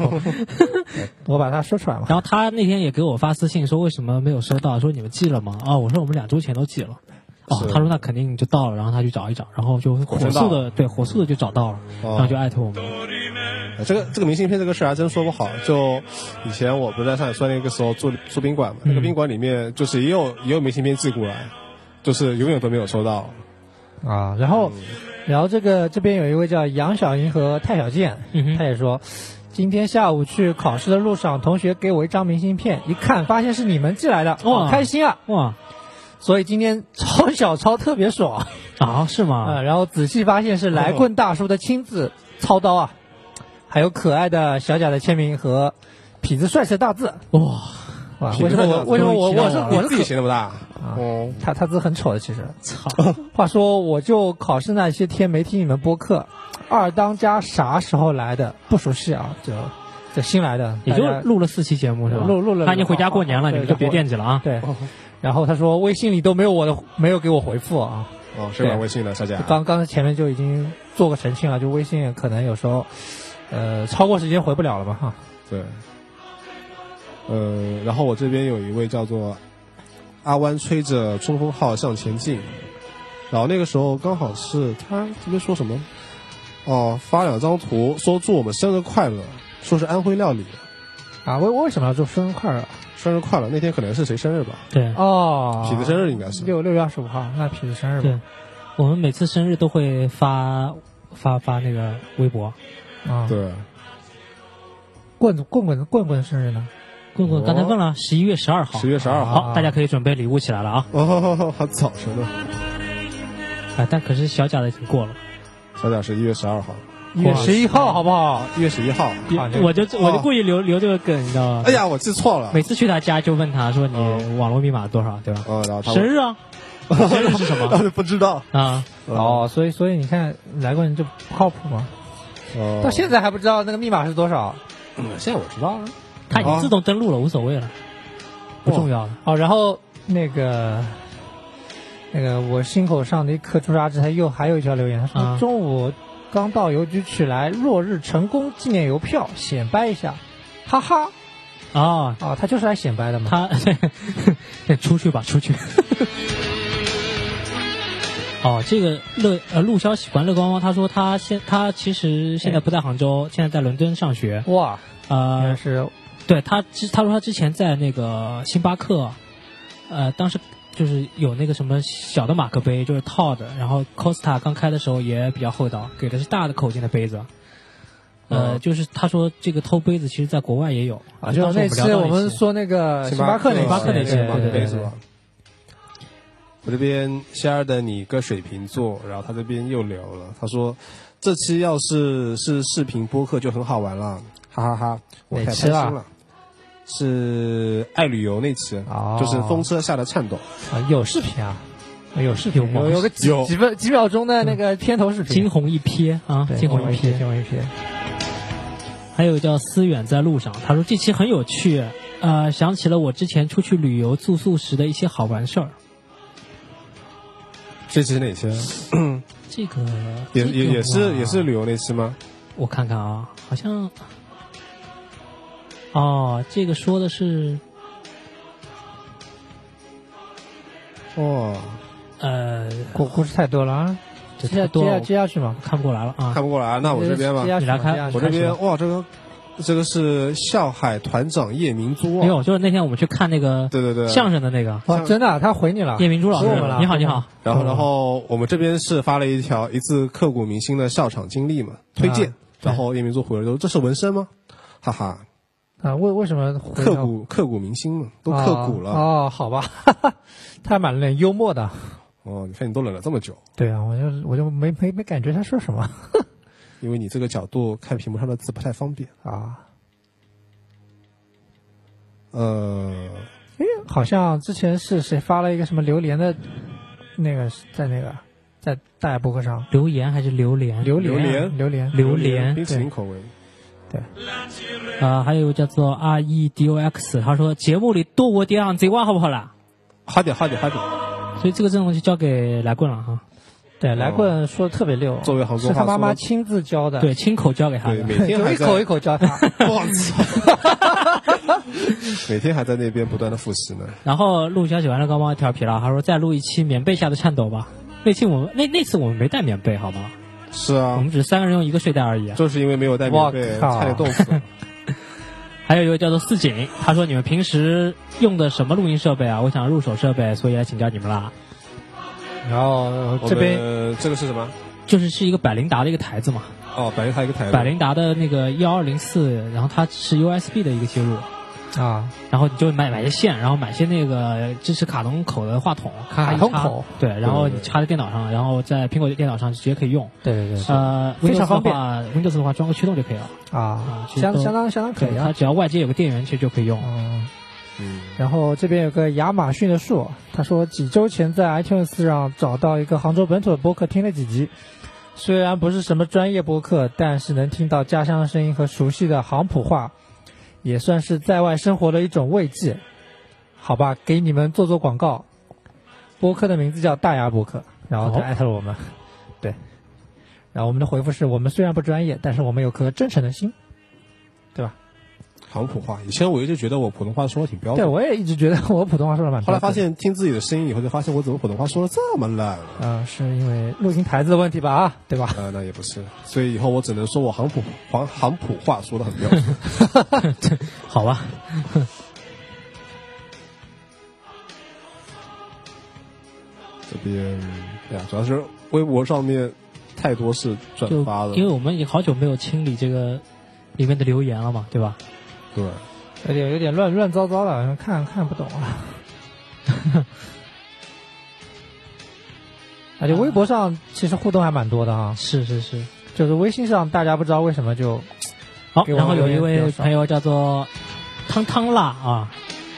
Speaker 1: 我把它说出来嘛。
Speaker 6: (laughs) 然后他那天也给我发私信说为什么没有收到，说你们寄了吗？啊，我说我们两周前都寄了。哦
Speaker 4: 是，
Speaker 6: 他说那肯定就到了，然后他去找一找，然后就火速的对火速的就找到了，
Speaker 4: 哦
Speaker 6: 然后就艾特我们。
Speaker 4: 这个这个明信片这个事儿还真说不好。就以前我不是在上海算那个时候住住宾馆嘛，
Speaker 1: 嗯
Speaker 4: 那个宾馆里面就是也有也有明信片寄过来，就是永远都没有收到。
Speaker 1: 啊，然
Speaker 6: 嗯
Speaker 1: 后，然后这个这边有一位叫杨小银和蔡小健，
Speaker 6: 嗯哼
Speaker 1: 他也说，今天下午去考试的路上，同学给我一张明信片，一看发现是你们寄来的，好
Speaker 6: 哇
Speaker 1: 开心啊！
Speaker 6: 哇
Speaker 1: 所以今天抄小抄特别爽
Speaker 6: 啊，哦是
Speaker 1: 啊！
Speaker 6: 吗？
Speaker 1: 然后仔细发现是来棍大叔的亲自操刀啊，还有可爱的小贾的签名和痞子帅气的大字
Speaker 6: 哇，
Speaker 1: 哇！为什么我为什么我我是我
Speaker 4: 你
Speaker 1: 是
Speaker 4: 自己写那么大？
Speaker 1: 啊
Speaker 4: 哦，
Speaker 1: 他他字很丑的，其
Speaker 4: (laughs)
Speaker 1: 实。
Speaker 6: 操！
Speaker 1: 话说，我就考试那些天没听你们播客，二当家啥时候来的？不熟悉啊，就这新来的，
Speaker 6: 也就
Speaker 1: 大家
Speaker 6: 录了四期节目是吧？
Speaker 1: 录录了
Speaker 6: 那你回家过年
Speaker 1: 对
Speaker 6: 了，你们就别惦记了啊。
Speaker 1: 对。
Speaker 4: 哦
Speaker 1: (laughs) 然后他说微信里都没有我的，没有给我回复啊。
Speaker 4: 哦，谁管微信呢，小贾？
Speaker 1: 刚刚才前面就已经做过澄清了，就微信可能有时候，呃，超过时间回不了了嘛哈。
Speaker 4: 对，呃，然后我这边有一位叫做阿湾吹着冲锋号向前进，然后那个时候刚好是他这边说什么，哦，发两张图说祝我们生日快乐，说是安徽料理，
Speaker 1: 啊，为为什么要祝生日快乐？啊
Speaker 4: 生日快乐，那天可能是谁生日吧？
Speaker 6: 对
Speaker 1: 哦，
Speaker 4: 痞子生日应该是
Speaker 1: 六六月二十五号，那痞子生日
Speaker 6: 对
Speaker 1: 吧。，
Speaker 6: 我们每次生日都会发发发那个微博。
Speaker 1: 啊，
Speaker 4: 对，
Speaker 1: 棍棍棍棍棍生日呢？
Speaker 6: 棍棍刚才问了，十一月十二号，
Speaker 4: 十月十二号，
Speaker 6: 好，大家可以准备礼物起来了啊！
Speaker 4: 哦，好早晨呢，
Speaker 6: 哎，但可是小贾的已经过了，
Speaker 4: 小贾是一月十二号，
Speaker 1: 一月十一号好不好？
Speaker 4: 一月十一号，
Speaker 1: 好这个
Speaker 6: 我就我就故意留留这个梗，你知道吗？
Speaker 4: 哎，呀，我记错了，
Speaker 6: 每次去他家就问他说你网络密码多少，对吧？
Speaker 4: 呃，然后他
Speaker 6: 生日啊，生日是什
Speaker 4: 然后
Speaker 6: 么
Speaker 4: 就不知道，
Speaker 6: (laughs) 啊？
Speaker 1: 哦，所以所以你看，来过人就不靠谱嘛。
Speaker 4: 哦，
Speaker 1: 到现在还不知道那个密码是多少
Speaker 4: 嗯现在我知道了，
Speaker 6: 他已经自动登录了，无所谓了，不重要了。
Speaker 1: 哦。然后那个那个我心口上的一颗朱砂痣，他又还有一条留言，他
Speaker 6: 啊
Speaker 1: 说中午刚到邮局取来落日成功纪念邮票，显摆一下，哈哈
Speaker 6: 啊，
Speaker 1: 啊，他就是来显摆的嘛。
Speaker 6: 他 (laughs) 出去吧，出去。 (laughs) 哦，这个乐呃陆骁喜欢乐光光，他说他现他其实现在不在杭州，现在在伦敦上学。
Speaker 1: 哇，原来
Speaker 6: 呃，
Speaker 1: 是
Speaker 6: 对他之他说他之前在那个星巴克，呃，当时就是有那个什么小的马克杯，就是套的，然后 Costa 刚开的时候也比较厚道，给的是大的口径的杯子。呃，
Speaker 4: 嗯
Speaker 6: 就是他说这个偷杯子，其实在国外也有
Speaker 1: 哦啊，就
Speaker 6: 当时
Speaker 1: 那
Speaker 6: 们聊
Speaker 1: 期
Speaker 6: 到
Speaker 1: 我
Speaker 6: 一
Speaker 1: 们
Speaker 6: 期
Speaker 1: 说那个
Speaker 4: 星
Speaker 1: 星
Speaker 4: 巴
Speaker 1: 巴
Speaker 4: 克
Speaker 1: 克那
Speaker 4: 呃星巴克
Speaker 6: 那
Speaker 1: 那
Speaker 6: 期
Speaker 1: 期，
Speaker 6: 星巴克
Speaker 1: 对
Speaker 6: 那
Speaker 1: 对
Speaker 6: 期
Speaker 1: 对。
Speaker 4: 我这边仙儿的你个水瓶座，然后他这边又聊了，他说这期要是是视频播客就很好玩了，哈哈哈我太
Speaker 1: 哪
Speaker 4: 开
Speaker 1: 期
Speaker 4: 心
Speaker 1: 啊
Speaker 4: 了。是爱旅游那期，
Speaker 1: 哦
Speaker 4: 就是风车下的颤抖，
Speaker 1: 啊，有视频啊，有视频，
Speaker 6: 有
Speaker 1: 有有个几
Speaker 4: 有
Speaker 1: 几分几秒钟的那个片头视频
Speaker 6: (laughs) 惊，鸿一瞥啊，
Speaker 1: 对
Speaker 6: 惊鸿一瞥。
Speaker 1: 惊鸿一瞥。
Speaker 6: 还有叫思远在路上，他说这期很有趣，呃，想起了我之前出去旅游住宿时的一些好玩事儿。
Speaker 4: 这期是哪期啊？
Speaker 6: 这个
Speaker 4: 也
Speaker 6: 这个
Speaker 4: 也也是
Speaker 6: 哇
Speaker 4: 也是旅游那期吗？
Speaker 6: 我看看啊，好像哦，这个说的是
Speaker 4: 哦，
Speaker 6: 呃，
Speaker 1: 故故事太多了啊，
Speaker 6: 这
Speaker 1: 接
Speaker 6: 太
Speaker 1: 下
Speaker 6: 多
Speaker 1: 接
Speaker 6: 了
Speaker 1: 下接下去嘛，
Speaker 6: 看不过来了啊
Speaker 4: 看。不过来，那我这边吧
Speaker 1: 接，下去
Speaker 6: 你来
Speaker 1: 嘛
Speaker 6: 看
Speaker 1: 接下去
Speaker 4: 我这
Speaker 1: 开始
Speaker 4: 边
Speaker 1: 吧
Speaker 4: 哇，这个这个是笑海团长夜明珠
Speaker 6: 没
Speaker 4: 啊，
Speaker 6: 有，就是那天我们去看那个
Speaker 4: 对对对，
Speaker 6: 相声的那个
Speaker 1: 哇，真的啊他回你了，
Speaker 6: 叶明珠老师
Speaker 1: 回我们了，
Speaker 6: 你好，你好，
Speaker 4: 然后，
Speaker 1: 嗯
Speaker 4: 然后我们这边是发了一条一次刻骨铭心的笑场经历嘛，
Speaker 1: 啊
Speaker 4: 推荐。然后叶明珠回了说：“这是纹身吗？”哈哈，
Speaker 1: 啊，为为什么回
Speaker 4: 刻
Speaker 1: 到
Speaker 4: 骨刻骨铭心嘛，都刻骨
Speaker 1: 啊
Speaker 4: 了。
Speaker 1: 哦，好吧， (laughs) 他蛮有点幽默的，
Speaker 4: 哦，你看你都忍了这么久，
Speaker 1: 对啊，我就我就没没没感觉他说什么
Speaker 4: 因为你这个角度看屏幕上的字不太方便。
Speaker 1: 啊，
Speaker 4: 呃，
Speaker 1: 哎，好像之前是谁发了一个什么榴莲的，那个在那个在大家博客上，
Speaker 6: 榴莲还是榴莲？
Speaker 1: 榴
Speaker 4: 榴
Speaker 1: 莲啊
Speaker 4: 莲
Speaker 1: 榴莲
Speaker 6: 榴莲
Speaker 4: 冰淇淋口味，
Speaker 6: 啊、还有叫做 R E D O X，他说节目里多我点昂贼哇，好不好啦？
Speaker 4: 好点好点好点，
Speaker 1: 啊
Speaker 6: 所以这个阵容就交给来棍了哈，
Speaker 1: 对，来棍说的特别溜，
Speaker 4: 哦作为杭州
Speaker 1: 是他
Speaker 4: 话
Speaker 1: 妈妈
Speaker 4: 说
Speaker 1: 亲自教的，
Speaker 6: 对，亲口交给他
Speaker 4: 对，
Speaker 6: 的。
Speaker 4: 每
Speaker 1: 对，
Speaker 4: 天
Speaker 1: 就
Speaker 4: 还
Speaker 1: 一
Speaker 4: 在
Speaker 1: 口一口教
Speaker 4: (laughs)
Speaker 1: 他。
Speaker 4: 我操！每天还在那边不断的复习呢。
Speaker 6: 然后陆小喜欢的刚帮调皮了，他说再录一期棉被下的颤抖吧。那期我们那那次我们没带棉被，好吗？
Speaker 4: 是
Speaker 1: 哦
Speaker 6: 我
Speaker 4: 啊
Speaker 6: 们，只是三个人用一个睡袋而已啊。
Speaker 4: 就是因为没有带棉被，
Speaker 1: 我嗯靠
Speaker 4: 差
Speaker 1: (laughs)
Speaker 4: 点冻死。
Speaker 6: 还有一位叫做四锦，他说你们平时用的什么录音设备啊？我想入手设备，所以来请教你们啦。
Speaker 1: 然后
Speaker 4: 我
Speaker 1: 这边
Speaker 4: 们这个是什么？
Speaker 6: 就是是一个百灵达的一个台子嘛，
Speaker 4: 哦，反正它一个台子
Speaker 6: 百灵达的那个幺二零四，然后它是 USB 的一个接入，
Speaker 1: 啊，
Speaker 6: 然后你就买买些线，然后买些那个支持卡通口的话筒，咔
Speaker 1: 卡
Speaker 6: 一
Speaker 1: 通
Speaker 6: 插
Speaker 1: 口，
Speaker 6: 对，然后
Speaker 4: 对对
Speaker 6: 你
Speaker 4: 对
Speaker 6: 插在电脑上，然后在苹果电脑上直接可以用。
Speaker 1: 对对啊对
Speaker 6: 呃
Speaker 1: 非
Speaker 6: ，Windows
Speaker 1: 常
Speaker 6: 的
Speaker 1: 方便
Speaker 6: 话，Windows 的话装个驱动就可以了，
Speaker 1: 啊，
Speaker 6: 其实
Speaker 1: 相
Speaker 6: 都
Speaker 1: 相当相当可
Speaker 6: 对，
Speaker 1: 以
Speaker 6: 它
Speaker 1: 啊。
Speaker 6: 只要外接有个电源，其实就可以 (laughs) 用。
Speaker 1: 嗯，
Speaker 4: 嗯，
Speaker 1: 然后这边有个亚马逊的树，他说几周前在 iTunes 上找到一个杭州本土的播客，听了几集，虽然不是什么专业播客，但是能听到家乡的声音和熟悉的杭普话，也算是在外生活的一种慰藉。好吧，给你们做做广告，播客的名字叫大牙播客，然后他
Speaker 6: 哦
Speaker 1: 艾特了我们，对，然后我们的回复是我们虽然不专业，但是我们有颗真诚的心。
Speaker 4: 杭普话。以前我一直觉得我普通话说的挺标
Speaker 1: 对，
Speaker 4: 准，
Speaker 1: 我也一直觉得我普通话说的蛮标
Speaker 4: 哦后
Speaker 1: 准
Speaker 4: 来
Speaker 1: 的。
Speaker 4: 发现听自己的声音以后，就发现我怎么普通话说的这么烂了。
Speaker 1: 啊、是因为录音台子的问题吧？啊，对吧？
Speaker 4: 呃，那也不是，所以以后我只能说我杭普杭杭普话说的很标
Speaker 6: (laughs)
Speaker 4: 准。
Speaker 6: 好吧，
Speaker 4: 这边，对啊，主要是微博上面太多是转
Speaker 6: 就
Speaker 4: 发的，
Speaker 6: 因为我们已经好久没有清理这个里面的留言了嘛，对吧？
Speaker 4: 对，
Speaker 1: 有点有点乱乱糟糟的，看看不懂啊。而且微博上其实互动还蛮多的啊，
Speaker 6: 是是是。
Speaker 1: 就是微信上大家不知道为什么就
Speaker 6: 好，
Speaker 1: 给我
Speaker 6: 然后有一
Speaker 1: 留言比
Speaker 6: 位
Speaker 1: 较少
Speaker 6: 朋友叫做汤汤辣啊，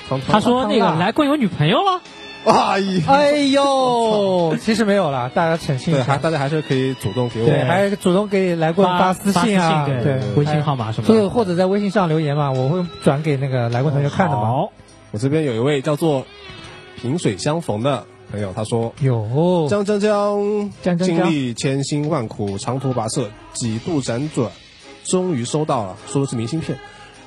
Speaker 4: 汤
Speaker 6: 他
Speaker 4: 汤
Speaker 6: 说那
Speaker 1: 汤
Speaker 6: 个
Speaker 1: 辣
Speaker 6: 来棍有女朋友了，
Speaker 4: (laughs) 哎呀，
Speaker 6: (laughs)
Speaker 1: 哎呦， (laughs) 其实没有了，大家澄清
Speaker 4: 对，
Speaker 1: 一
Speaker 4: 还
Speaker 1: 下。
Speaker 4: 大家还是可以主动给我
Speaker 1: 对，还主动给来棍
Speaker 6: 发
Speaker 1: 私信啊，
Speaker 6: 发私信
Speaker 1: 对
Speaker 6: 微信号码什么
Speaker 1: 所以
Speaker 6: 的。
Speaker 1: 或者在微信上留言嘛，我会转给那个来棍同学看的嘛。
Speaker 6: 好，
Speaker 4: 我这边有一位叫做萍水相逢的朋友，他说。
Speaker 1: 有，
Speaker 4: 江江江，
Speaker 1: 江江江
Speaker 4: 经历千辛万苦，长途跋涉，几度辗转，终于收到了，说的是明信片。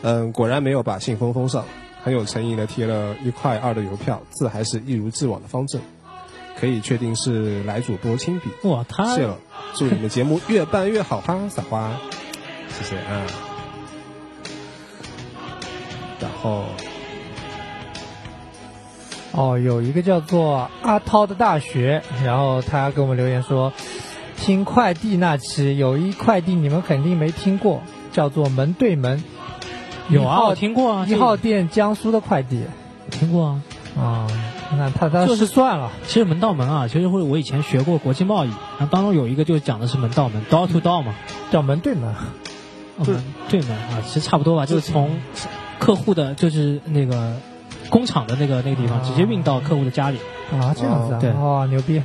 Speaker 4: 嗯，果然没有把信封封上，很有诚意的贴了一块二的邮票，字还是一如既往的方正，可以确定是来主播亲笔。
Speaker 6: 哇，他
Speaker 4: 谢了，祝你们节目越办越好哈，撒花，谢谢啊。然后
Speaker 1: 哦，有一个叫做阿涛的大学，然后他给我们留言说，听快递那期有一快递你们肯定没听过，叫做门对门，
Speaker 6: 有
Speaker 1: 一
Speaker 6: 啊，
Speaker 1: 号
Speaker 6: 我听过啊，
Speaker 1: 一号店江苏的快递
Speaker 6: 这个听过啊。
Speaker 1: 啊、那他他
Speaker 6: 就
Speaker 1: 是
Speaker 6: 是
Speaker 1: 算了，
Speaker 6: 其实门到门啊，其实会我以前学过国际贸易，然后当中有一个就讲的是门到门，door to door 嘛，
Speaker 1: 叫门对门，
Speaker 6: 嗯，对门啊，其实差不多吧，就是从客户的就是那个工厂的那个那个地方
Speaker 1: 啊
Speaker 6: 直接运到客户的家里。
Speaker 1: 啊，这样子啊，
Speaker 6: 对
Speaker 1: 哦，牛逼。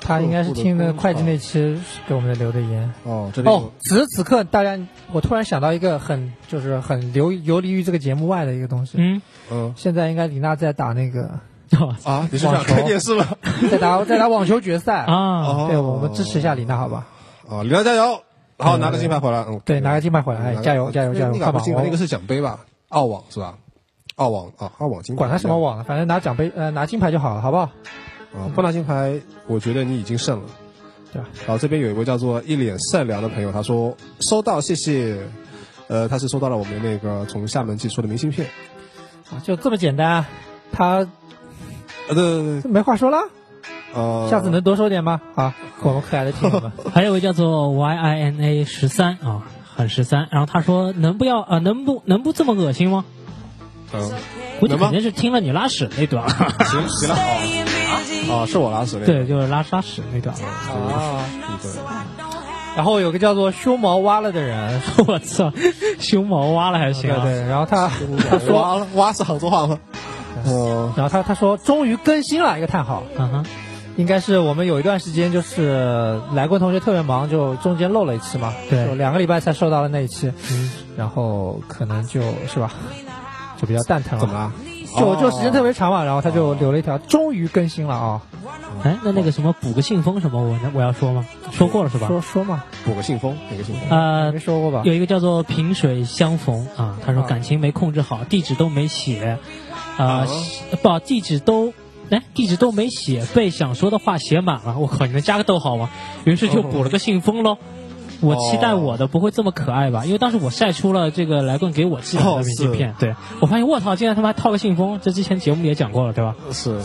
Speaker 1: 他应该是听了会计那期给我们的留的言
Speaker 4: 哦，这里有
Speaker 1: 哦。此时此刻，大家，我突然想到一个很就是很流游离于这个节目外的一个东西。
Speaker 6: 嗯，
Speaker 4: 嗯
Speaker 1: 现在应该李娜在打那个 (laughs)
Speaker 4: 啊，你是想
Speaker 1: 网球
Speaker 4: 看电视吗？
Speaker 1: 在打在打网球决 (laughs) 赛
Speaker 6: 啊，
Speaker 4: 哦，
Speaker 1: 对，我们支持一下李娜，好吧？
Speaker 4: 啊，李亮加油！然后拿个金牌回来，嗯，
Speaker 1: 对，拿个金牌回来，哎
Speaker 4: 拿个
Speaker 1: 加油，加油，加油！哦
Speaker 4: 那个
Speaker 1: 快
Speaker 4: 不
Speaker 1: 吧，
Speaker 4: 是金牌，那个
Speaker 1: 我
Speaker 4: 是奖杯吧？澳网是吧？澳网啊，澳网金牌，
Speaker 1: 管他什么网了，反正拿奖杯，呃，拿金牌就好了，好不好？
Speaker 4: 啊，不拿金牌，我觉得你已经胜了。
Speaker 1: 对吧
Speaker 4: 然后这边有一位叫做一脸善良的朋友，他说收到，谢谢。呃，他是收到了我们那个从厦门寄出的明信片。
Speaker 1: 啊就这么简单，他
Speaker 4: 呃，对对对
Speaker 1: 没话说了，
Speaker 4: 呃，
Speaker 1: 下次能多收点吗？啊，我们可爱的听友们，
Speaker 6: (laughs) 还有一位叫做 YINA 十三啊，很十三。然后他说：“能不要啊、呃能不能不这么恶心吗？
Speaker 4: 嗯，
Speaker 6: 估计
Speaker 4: 能吗
Speaker 6: 肯定是听了你拉屎那段。 (laughs)
Speaker 4: 行行了，哦，哦，是我拉屎了。
Speaker 6: 对，就是拉拉屎那段。
Speaker 1: 啊，
Speaker 4: 对，
Speaker 1: 然后有个叫做胸毛挖了的人，
Speaker 6: (laughs) 我操，胸毛挖了还行
Speaker 1: 对
Speaker 6: 啊？
Speaker 1: 对，然后他他
Speaker 4: 对
Speaker 1: 说，
Speaker 4: 挖了挖是杭州话吗？嗯，
Speaker 1: 然后他他说终于更新了一个叹号，
Speaker 6: 嗯哼，
Speaker 1: 应该是我们有一段时间就是来过同学特别忙，就中间漏了一期嘛，
Speaker 6: 对嗯
Speaker 1: 就两个礼拜才收到了那一期，然后可能就是吧，就比较蛋疼了。
Speaker 4: 怎么了？
Speaker 1: 就
Speaker 4: 哦
Speaker 1: 就时间特别长嘛，然后他就留了一
Speaker 6: 哦
Speaker 1: 条，终于更新了啊、
Speaker 6: 哎，那那个什么补个信封什么，我我要说吗？说过了是吧？
Speaker 1: 说说嘛，
Speaker 4: 补个信封，补个信封。
Speaker 6: 呃
Speaker 1: 没，说过吧？
Speaker 6: 有一个叫做萍水相逢啊，他说
Speaker 1: 啊
Speaker 6: 感情没控制好，地址都没写，
Speaker 4: 啊
Speaker 6: 啊，不，地址都。哎，地址都没写，被想说的话写满了。我靠，你能加个逗号吗？于是就补了个信封喽。我期
Speaker 1: 哦
Speaker 6: 待我的不会这么可爱吧？因为当时我晒出了这个来棍给我寄的
Speaker 4: 哦
Speaker 6: 明信片，对我发现卧槽，竟然他妈套个信封，这之前节目里也讲过了，对吧？
Speaker 4: 是，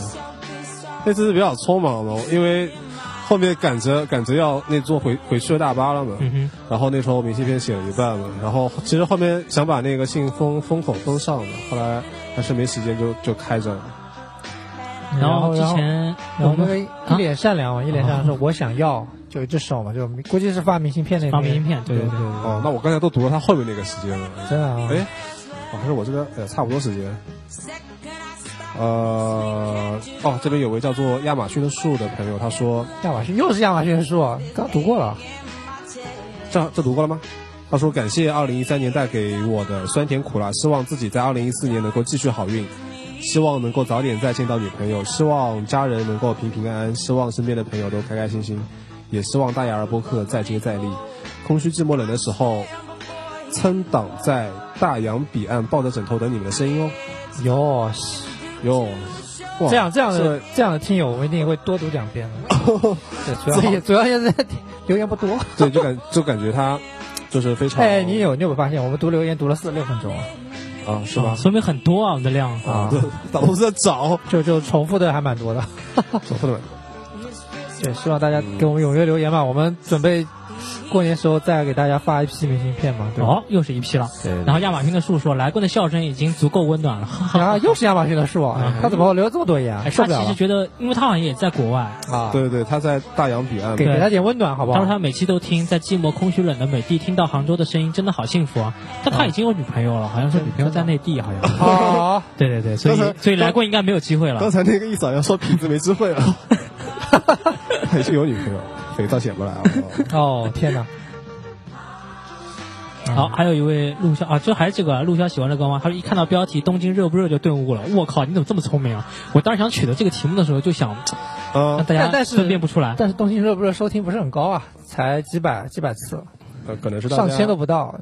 Speaker 4: 那次是比较匆忙嘛，因为后面赶着赶着要那坐回回去的大巴了嘛，
Speaker 6: 嗯
Speaker 4: 然后那时候明信片写了一半嘛，然后其实后面想把那个信封封口封上的，后来还是没时间就就开着了。
Speaker 6: 哼。
Speaker 1: 然
Speaker 6: 然
Speaker 1: 后
Speaker 6: 后之前
Speaker 1: 然
Speaker 6: 我
Speaker 1: 后那
Speaker 6: 们
Speaker 1: 个一脸善良嘛，一脸善
Speaker 6: 哦
Speaker 1: 良说我想要，就一只手嘛，就估计是发明信片那边
Speaker 6: 发明信片，对
Speaker 1: 对
Speaker 6: 对对。
Speaker 4: 哦，那我刚才都读了他后面那个时间了，
Speaker 1: 真的啊，
Speaker 4: 哎，哦，还是我这边呃差不多时间。呃，哦，这边有位叫做亚马逊的树的朋友，他说
Speaker 1: 亚马逊又是亚马逊的书，啊刚读过了，
Speaker 4: 这这读过了吗？他说：“感谢2013年带给我的酸甜苦辣，希望自己在2014年能够继续好运，希望能够早点再见到女朋友，希望家人能够平平安安，希望身边的朋友都开开心心，也希望大雅尔播客再接再厉。空虚寂寞冷的时候，撑挡在大洋彼岸，抱着枕头等你们的声音哦。
Speaker 1: 哟，
Speaker 4: 哟，哇
Speaker 1: 这样这样
Speaker 4: 这
Speaker 1: 的
Speaker 4: 位
Speaker 1: 这样的听友，我们一定会多读两遍 (laughs) 的。对，主要也主要现在留言不多。
Speaker 4: 对，就感就感觉他就是非
Speaker 1: (laughs)
Speaker 4: 常
Speaker 1: 哎，你有你有没有发现，我们读留言读了四十六分钟啊，
Speaker 4: 啊是
Speaker 1: (laughs)
Speaker 4: 吧？
Speaker 6: 说明很多啊，我们的量
Speaker 1: 啊
Speaker 4: 对，导是在找，
Speaker 1: 就就重复的还蛮 (laughs) 多的。
Speaker 4: 找不到。”
Speaker 1: (laughs) 对，希望大家给我们踊跃留言嘛，我们准备过年时候再给大家发一批明信片嘛，对吧？
Speaker 6: 哦，又是一批了。
Speaker 4: 对对
Speaker 6: 然后亚马逊的树说，来棍的笑声已经足够温暖
Speaker 1: (laughs)
Speaker 6: 了。哈哈
Speaker 1: 然后啊又是亚马逊的树啊，他怎么留了这么多言啊？
Speaker 6: 哎
Speaker 1: 受
Speaker 6: 他
Speaker 1: 不了
Speaker 6: 其实
Speaker 1: 了
Speaker 6: 觉得，因为他好像也在国外，
Speaker 1: 啊！，
Speaker 4: 对对，他在大洋彼岸
Speaker 1: 给
Speaker 6: 对
Speaker 1: 给他点温暖好不
Speaker 6: 他
Speaker 1: 好
Speaker 6: 说？他每期都听，在寂寞、空虚、冷的美地听到杭州的声音，真的好幸福啊！但他已经有女朋友了，好像是女朋友在内地，好像。
Speaker 1: (laughs) 哦，
Speaker 6: 对对对，所以
Speaker 4: 刚才
Speaker 6: 所以来棍应该没有机会
Speaker 4: 刚
Speaker 6: 了。
Speaker 4: 才那个意思好像说痞子没智慧了，他已经有女朋友，肥皂写不 (laughs) 来了。啊
Speaker 1: 哦，天哪！嗯
Speaker 6: 好，还有一位陆骁啊，就还是这个陆骁喜欢这歌吗？他说一看到标题“东京热不热”就顿悟了。我靠，你怎么这么聪明啊！我当时想取的这个题目的时候，就想让
Speaker 1: 啊
Speaker 4: 嗯，
Speaker 6: 大
Speaker 1: 但
Speaker 6: 家
Speaker 1: 但是
Speaker 6: 分辨不出来。
Speaker 1: 但是东京热不热收听不是很高啊，才几百几百次，
Speaker 4: 呃可能是大家
Speaker 1: 上千都。不到，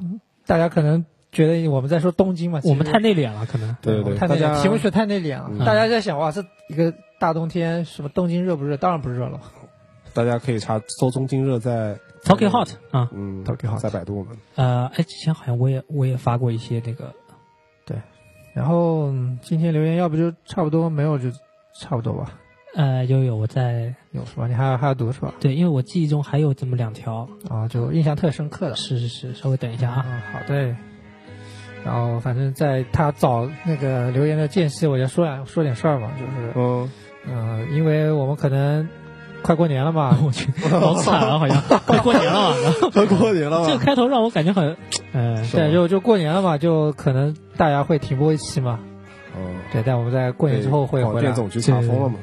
Speaker 1: 大家可能觉得我们在说东京嘛，其实
Speaker 6: 我们太内敛了，可能。
Speaker 4: 对
Speaker 1: 我
Speaker 4: 对
Speaker 1: 们
Speaker 4: 对，
Speaker 1: 太
Speaker 4: 大
Speaker 1: 内敛，
Speaker 4: 家
Speaker 1: 题目选太内敛
Speaker 4: 嗯
Speaker 1: 了，大家在想哇，这一个大冬天，什么东京热不热？当然不热了。
Speaker 4: 大家可以查搜中今热在
Speaker 6: Talking Hot 啊，
Speaker 4: 嗯
Speaker 1: Talking Hot
Speaker 4: 在百度嘛。
Speaker 6: 呃，哎，之前好像我也我也发过一些那个
Speaker 1: 然后嗯今天留言要不就差不多，没有就差不多吧。
Speaker 6: 呃，有有，我在
Speaker 1: 有是吧？你还要还要读是吧？
Speaker 6: 对，因为我记忆中还有这么两条，
Speaker 1: 啊，就印象特深刻的。
Speaker 6: 是是是，稍微等一下啊。
Speaker 1: 嗯，好对。然后反正在他找那个留言的间隙，我就说点说点事儿嘛，就是
Speaker 4: 嗯，
Speaker 1: 呃，因为我们可能快过年了嘛，
Speaker 6: (laughs) 我去，好惨啊，好
Speaker 1: (laughs)
Speaker 6: 像快过年了嘛。然后
Speaker 4: 快过年了
Speaker 1: 嗯
Speaker 6: 这个
Speaker 4: 嘛，
Speaker 6: 开头让我感觉很，呃，
Speaker 1: 对，就就过年了嘛，就可能大家会停播一期嘛，
Speaker 4: 嗯，
Speaker 1: 对，但我们在过年之后会
Speaker 4: 广
Speaker 1: 回
Speaker 4: 电
Speaker 1: 来。
Speaker 4: 哦总局查封了嘛？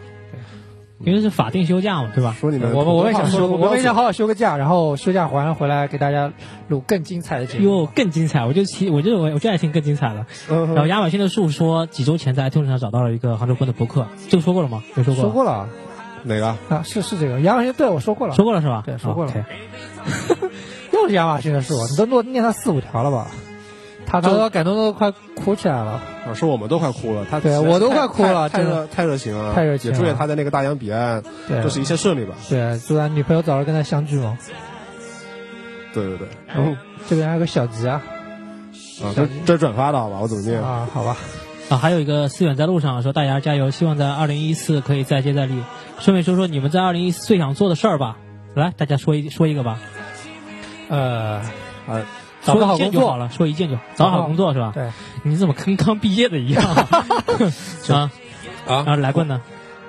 Speaker 6: 因为是法定休假嘛，对吧？
Speaker 4: 说你们
Speaker 1: 我们我们也想休，
Speaker 4: 说
Speaker 1: 我们也想好好休个假，然后休假还回来给大家录更精彩的节目。
Speaker 6: 哟，更精彩！我就听，我就我我就爱听更精彩了。
Speaker 4: 嗯
Speaker 6: 然后亚马逊的树说，几周前在 iTunes 上找到了一个杭州棍的博客，这个说过了吗？没说过，
Speaker 1: 说过了
Speaker 4: 哪个？
Speaker 1: 啊，是是这个亚马逊，对我说过了，
Speaker 6: 说过了是吧？哦
Speaker 1: 对说过了
Speaker 6: OK
Speaker 1: 又是亚马逊的树，你都诺念他四五条了吧？他他说感动都快哭起来了。
Speaker 4: 啊，说我们都快哭了，他
Speaker 1: 对啊
Speaker 4: 实在是
Speaker 1: 我都快
Speaker 4: 太
Speaker 1: 哭
Speaker 4: 太
Speaker 1: 了
Speaker 4: 太
Speaker 1: 真的
Speaker 4: 热太热情了，
Speaker 1: 太热情
Speaker 4: 也祝愿
Speaker 1: 了
Speaker 4: 他在那个大洋彼岸
Speaker 1: 对，啊
Speaker 4: 就是一切顺利吧。
Speaker 1: 对，祝他女朋友早日跟他相聚嘛。
Speaker 4: 对对对，
Speaker 1: 然后这边还有个小吉啊
Speaker 4: 啊，这这转发的好吧？我怎么念？
Speaker 1: 啊，好吧，
Speaker 6: 啊，还有一个思远在路上说，大家加油，希望在二零一四可以再接再厉。顺便说说你们在二零一四最想做的事儿吧，来，大家说一说一个吧，
Speaker 1: 呃，
Speaker 4: 啊，
Speaker 1: 找个
Speaker 6: 说
Speaker 1: 好
Speaker 6: 一件
Speaker 1: 工
Speaker 6: 就好
Speaker 1: 作，
Speaker 6: 了，说一件就好，找好工作是吧？
Speaker 1: 对，
Speaker 6: 你怎么跟刚毕业
Speaker 1: (laughs)
Speaker 6: 的一样啊？
Speaker 4: 啊
Speaker 6: 然后来棍呢？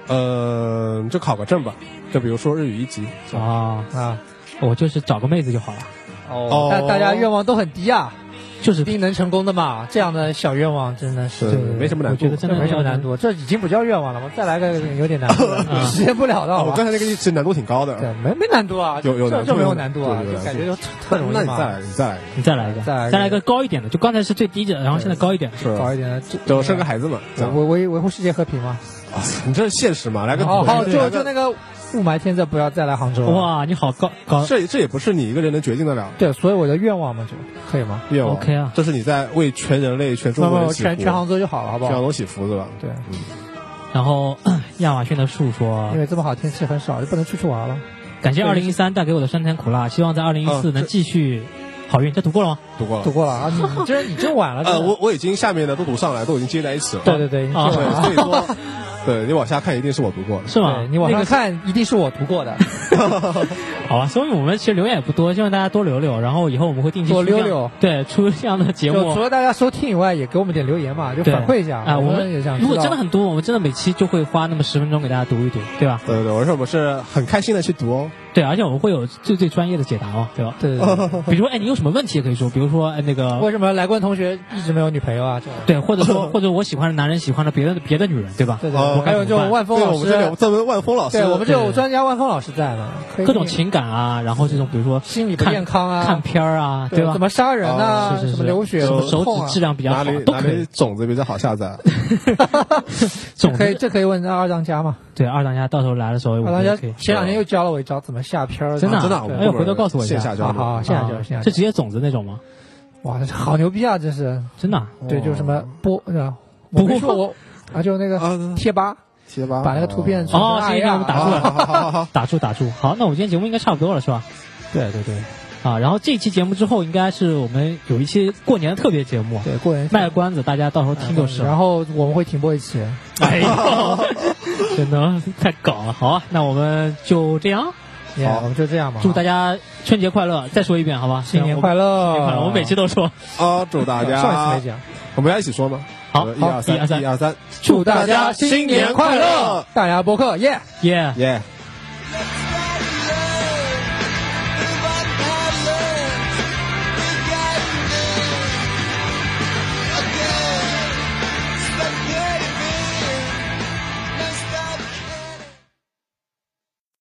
Speaker 4: 呃，就考个证吧，就比如说日语一级。
Speaker 6: 啊，
Speaker 1: 啊，
Speaker 6: 我就是找个妹子就好了。
Speaker 1: 但大家愿望都很低啊，
Speaker 6: 就是
Speaker 1: 一定能成功的嘛！这样的小愿望真的是
Speaker 4: 对呃没什么难度
Speaker 1: 我觉
Speaker 4: 啊
Speaker 1: 得真的没什么难度，这已经不叫愿望了，我再来个有点难度
Speaker 4: (laughs)
Speaker 1: 了，实现不了的，好
Speaker 4: 哦，我
Speaker 1: 吧
Speaker 4: 刚？才那个其实难度挺高的，
Speaker 1: 对，没没难度啊，
Speaker 4: 有有
Speaker 1: 这
Speaker 4: 难度
Speaker 1: 这没有难度啊，
Speaker 4: 有
Speaker 1: 就
Speaker 4: 有难度
Speaker 1: 感觉就特特
Speaker 4: 那
Speaker 1: 容
Speaker 4: 那
Speaker 1: 易
Speaker 4: 你
Speaker 1: 嘛。
Speaker 4: 再来，你再来，
Speaker 6: 你再来一个，
Speaker 1: 再来一个
Speaker 6: 再来一个高一点的，就刚才是最低的，然后现在高一点的，
Speaker 4: 是
Speaker 1: 搞
Speaker 4: 吧？
Speaker 1: 一点的，这
Speaker 4: 就生个孩子嘛，这样
Speaker 1: 维维维护世界和平嘛。
Speaker 4: 啊你这是现实嘛？来个
Speaker 1: 哦，好，
Speaker 4: 来
Speaker 1: 就
Speaker 4: 个
Speaker 1: 就那个雾霾天再不要再来杭州了。
Speaker 6: 哇，你好高高
Speaker 4: 这这也不是你一个人能决定得了。
Speaker 1: 对，所以我的愿望嘛，就可以吗？
Speaker 4: 愿望
Speaker 6: OK 啊
Speaker 4: 这是你在为全人类、全中
Speaker 1: 那
Speaker 4: 国
Speaker 1: 么
Speaker 4: 人
Speaker 1: 我
Speaker 4: 祈
Speaker 1: 全全杭
Speaker 4: 福，
Speaker 1: 州就好了，好不
Speaker 4: 全
Speaker 1: 好？
Speaker 4: 都祈福是吧？
Speaker 1: 对，
Speaker 6: 然后 (coughs) 亚马逊的树说
Speaker 1: 因为这么好天气很少，就不能出去玩了。：“
Speaker 6: 感谢二零一三带给我的酸甜
Speaker 1: 嗯
Speaker 6: 苦辣，希望在二零一
Speaker 4: 啊
Speaker 6: 四能
Speaker 4: 这
Speaker 6: 继续好运。”这读过了吗？
Speaker 4: 读过了
Speaker 1: 读。过了啊，你你这你这晚了。
Speaker 4: 呃，
Speaker 1: 真的
Speaker 4: 我我已经下面的都读上来，都已经接在一起了。
Speaker 1: 对对对，你这
Speaker 6: 啊
Speaker 1: 晚
Speaker 4: 对，
Speaker 1: 了。
Speaker 4: 所
Speaker 1: (laughs)
Speaker 4: 以说，对你往下看一定是我读过的。
Speaker 6: 是吗
Speaker 1: 对？你往
Speaker 6: 嗯那
Speaker 1: 上
Speaker 6: 个
Speaker 1: 看，一定是我读过的。
Speaker 6: 好吧，所以我们其实留言也不多，希望大家多留留，然后以后我们会定期
Speaker 1: 多
Speaker 6: 出这样
Speaker 1: 溜溜
Speaker 6: 对，出这样的 (laughs) 节
Speaker 1: 就
Speaker 6: 目
Speaker 1: 除。了大家收听以外，也给我们点留言嘛，就
Speaker 6: 对
Speaker 1: 反馈一下
Speaker 6: 啊！我
Speaker 1: 们也想知道。
Speaker 6: 如果真的很多，我们真的每期就会花那么十分钟给大家读一读，对吧？
Speaker 4: 对对对，我说我们是很开心的去读哦。
Speaker 6: 对，而且我们会有最最专业的解答哦，对吧？
Speaker 1: (laughs) 对对对，
Speaker 6: (laughs) 比如说，哎，你有什么问题也可以说，比如说，哎，那个，
Speaker 1: (laughs) 为什么来冠同学一直没有女朋友啊？这种
Speaker 6: 对，或者
Speaker 1: (laughs)
Speaker 6: 说，或者我喜欢的男人喜欢的别的别的女人，对吧？
Speaker 1: 对对，
Speaker 4: 哦
Speaker 1: 对还有这种万峰
Speaker 4: 对，
Speaker 1: 老
Speaker 4: 我们这里有
Speaker 1: 师，
Speaker 4: 专门万峰老师，
Speaker 1: 对我们这
Speaker 6: 对
Speaker 1: 有
Speaker 6: 对
Speaker 1: 专家万峰老师在呢，可以
Speaker 6: 各种情感啊，然后这种比如说
Speaker 1: 心理不
Speaker 6: 看
Speaker 1: 健康啊，
Speaker 6: 看片儿啊，
Speaker 1: 对
Speaker 6: 吧哦
Speaker 1: 怎？么杀人啊，
Speaker 6: 是是是
Speaker 1: 什么流血、
Speaker 6: 什么
Speaker 1: 什
Speaker 6: 手
Speaker 1: 么痛啊
Speaker 6: 指质量比较
Speaker 4: 哪
Speaker 6: 好
Speaker 4: 里
Speaker 6: 都
Speaker 4: 哪
Speaker 6: 可以
Speaker 4: 里。种子比较好下载？
Speaker 1: 这
Speaker 6: 总
Speaker 1: 可以，
Speaker 6: 之，
Speaker 1: 这可以问二当家嘛？
Speaker 6: 对二当家到时候来的时候，我
Speaker 1: 二
Speaker 6: 们
Speaker 1: 当家
Speaker 6: 可以
Speaker 1: 前两天又教了我一招怎么下片儿，
Speaker 6: 真的啊
Speaker 4: 啊真的啊，
Speaker 1: 对
Speaker 4: 我们
Speaker 6: 哎
Speaker 4: 不是
Speaker 6: 回头告诉我一下
Speaker 4: 线下
Speaker 1: 好
Speaker 4: 交流。
Speaker 1: 好，现在
Speaker 6: 啊
Speaker 1: 教，现在
Speaker 6: 就
Speaker 1: 教
Speaker 6: 直，接种子那种吗？
Speaker 1: 哇，好牛逼啊！这是
Speaker 6: 真的啊
Speaker 1: 对，就是什么播是吧？
Speaker 6: 播
Speaker 1: 我没说我啊，就那
Speaker 4: 啊
Speaker 1: 个
Speaker 4: 对
Speaker 1: 贴吧，
Speaker 4: 贴吧
Speaker 1: 把那个图片
Speaker 4: 哦
Speaker 6: 哦，
Speaker 1: 哎
Speaker 6: 行，那
Speaker 1: 呀
Speaker 6: 我们打住了，
Speaker 4: 好好好好好，
Speaker 6: (laughs) 打住打住。好，那我们今天节目应该差不多了，是吧？对对对，啊，然后这期节目之后，应该是我们有一期过年的特别节目，
Speaker 1: 对，过人
Speaker 6: 卖个关子，大家到时候听就是
Speaker 1: 嗯然
Speaker 6: 了。
Speaker 1: 后我们会停播一期，
Speaker 6: 哎呦， (laughs) 真的太搞了。好啊，那我们就这样，
Speaker 1: 耶
Speaker 4: 好
Speaker 1: 我们就这样吧。
Speaker 6: 祝大家春节快乐。再说一遍，好吧？
Speaker 1: 新年快乐！
Speaker 6: 新年快乐！我每期都说，
Speaker 4: 啊，祝大家
Speaker 1: 上一次没讲，
Speaker 4: 我们要一起说吗？
Speaker 6: 好
Speaker 4: 一
Speaker 6: 好
Speaker 4: 二
Speaker 6: 一二三
Speaker 4: 三，一二三，
Speaker 1: 祝大家新年快乐！大牙博客耶！
Speaker 6: 耶。
Speaker 4: 耶！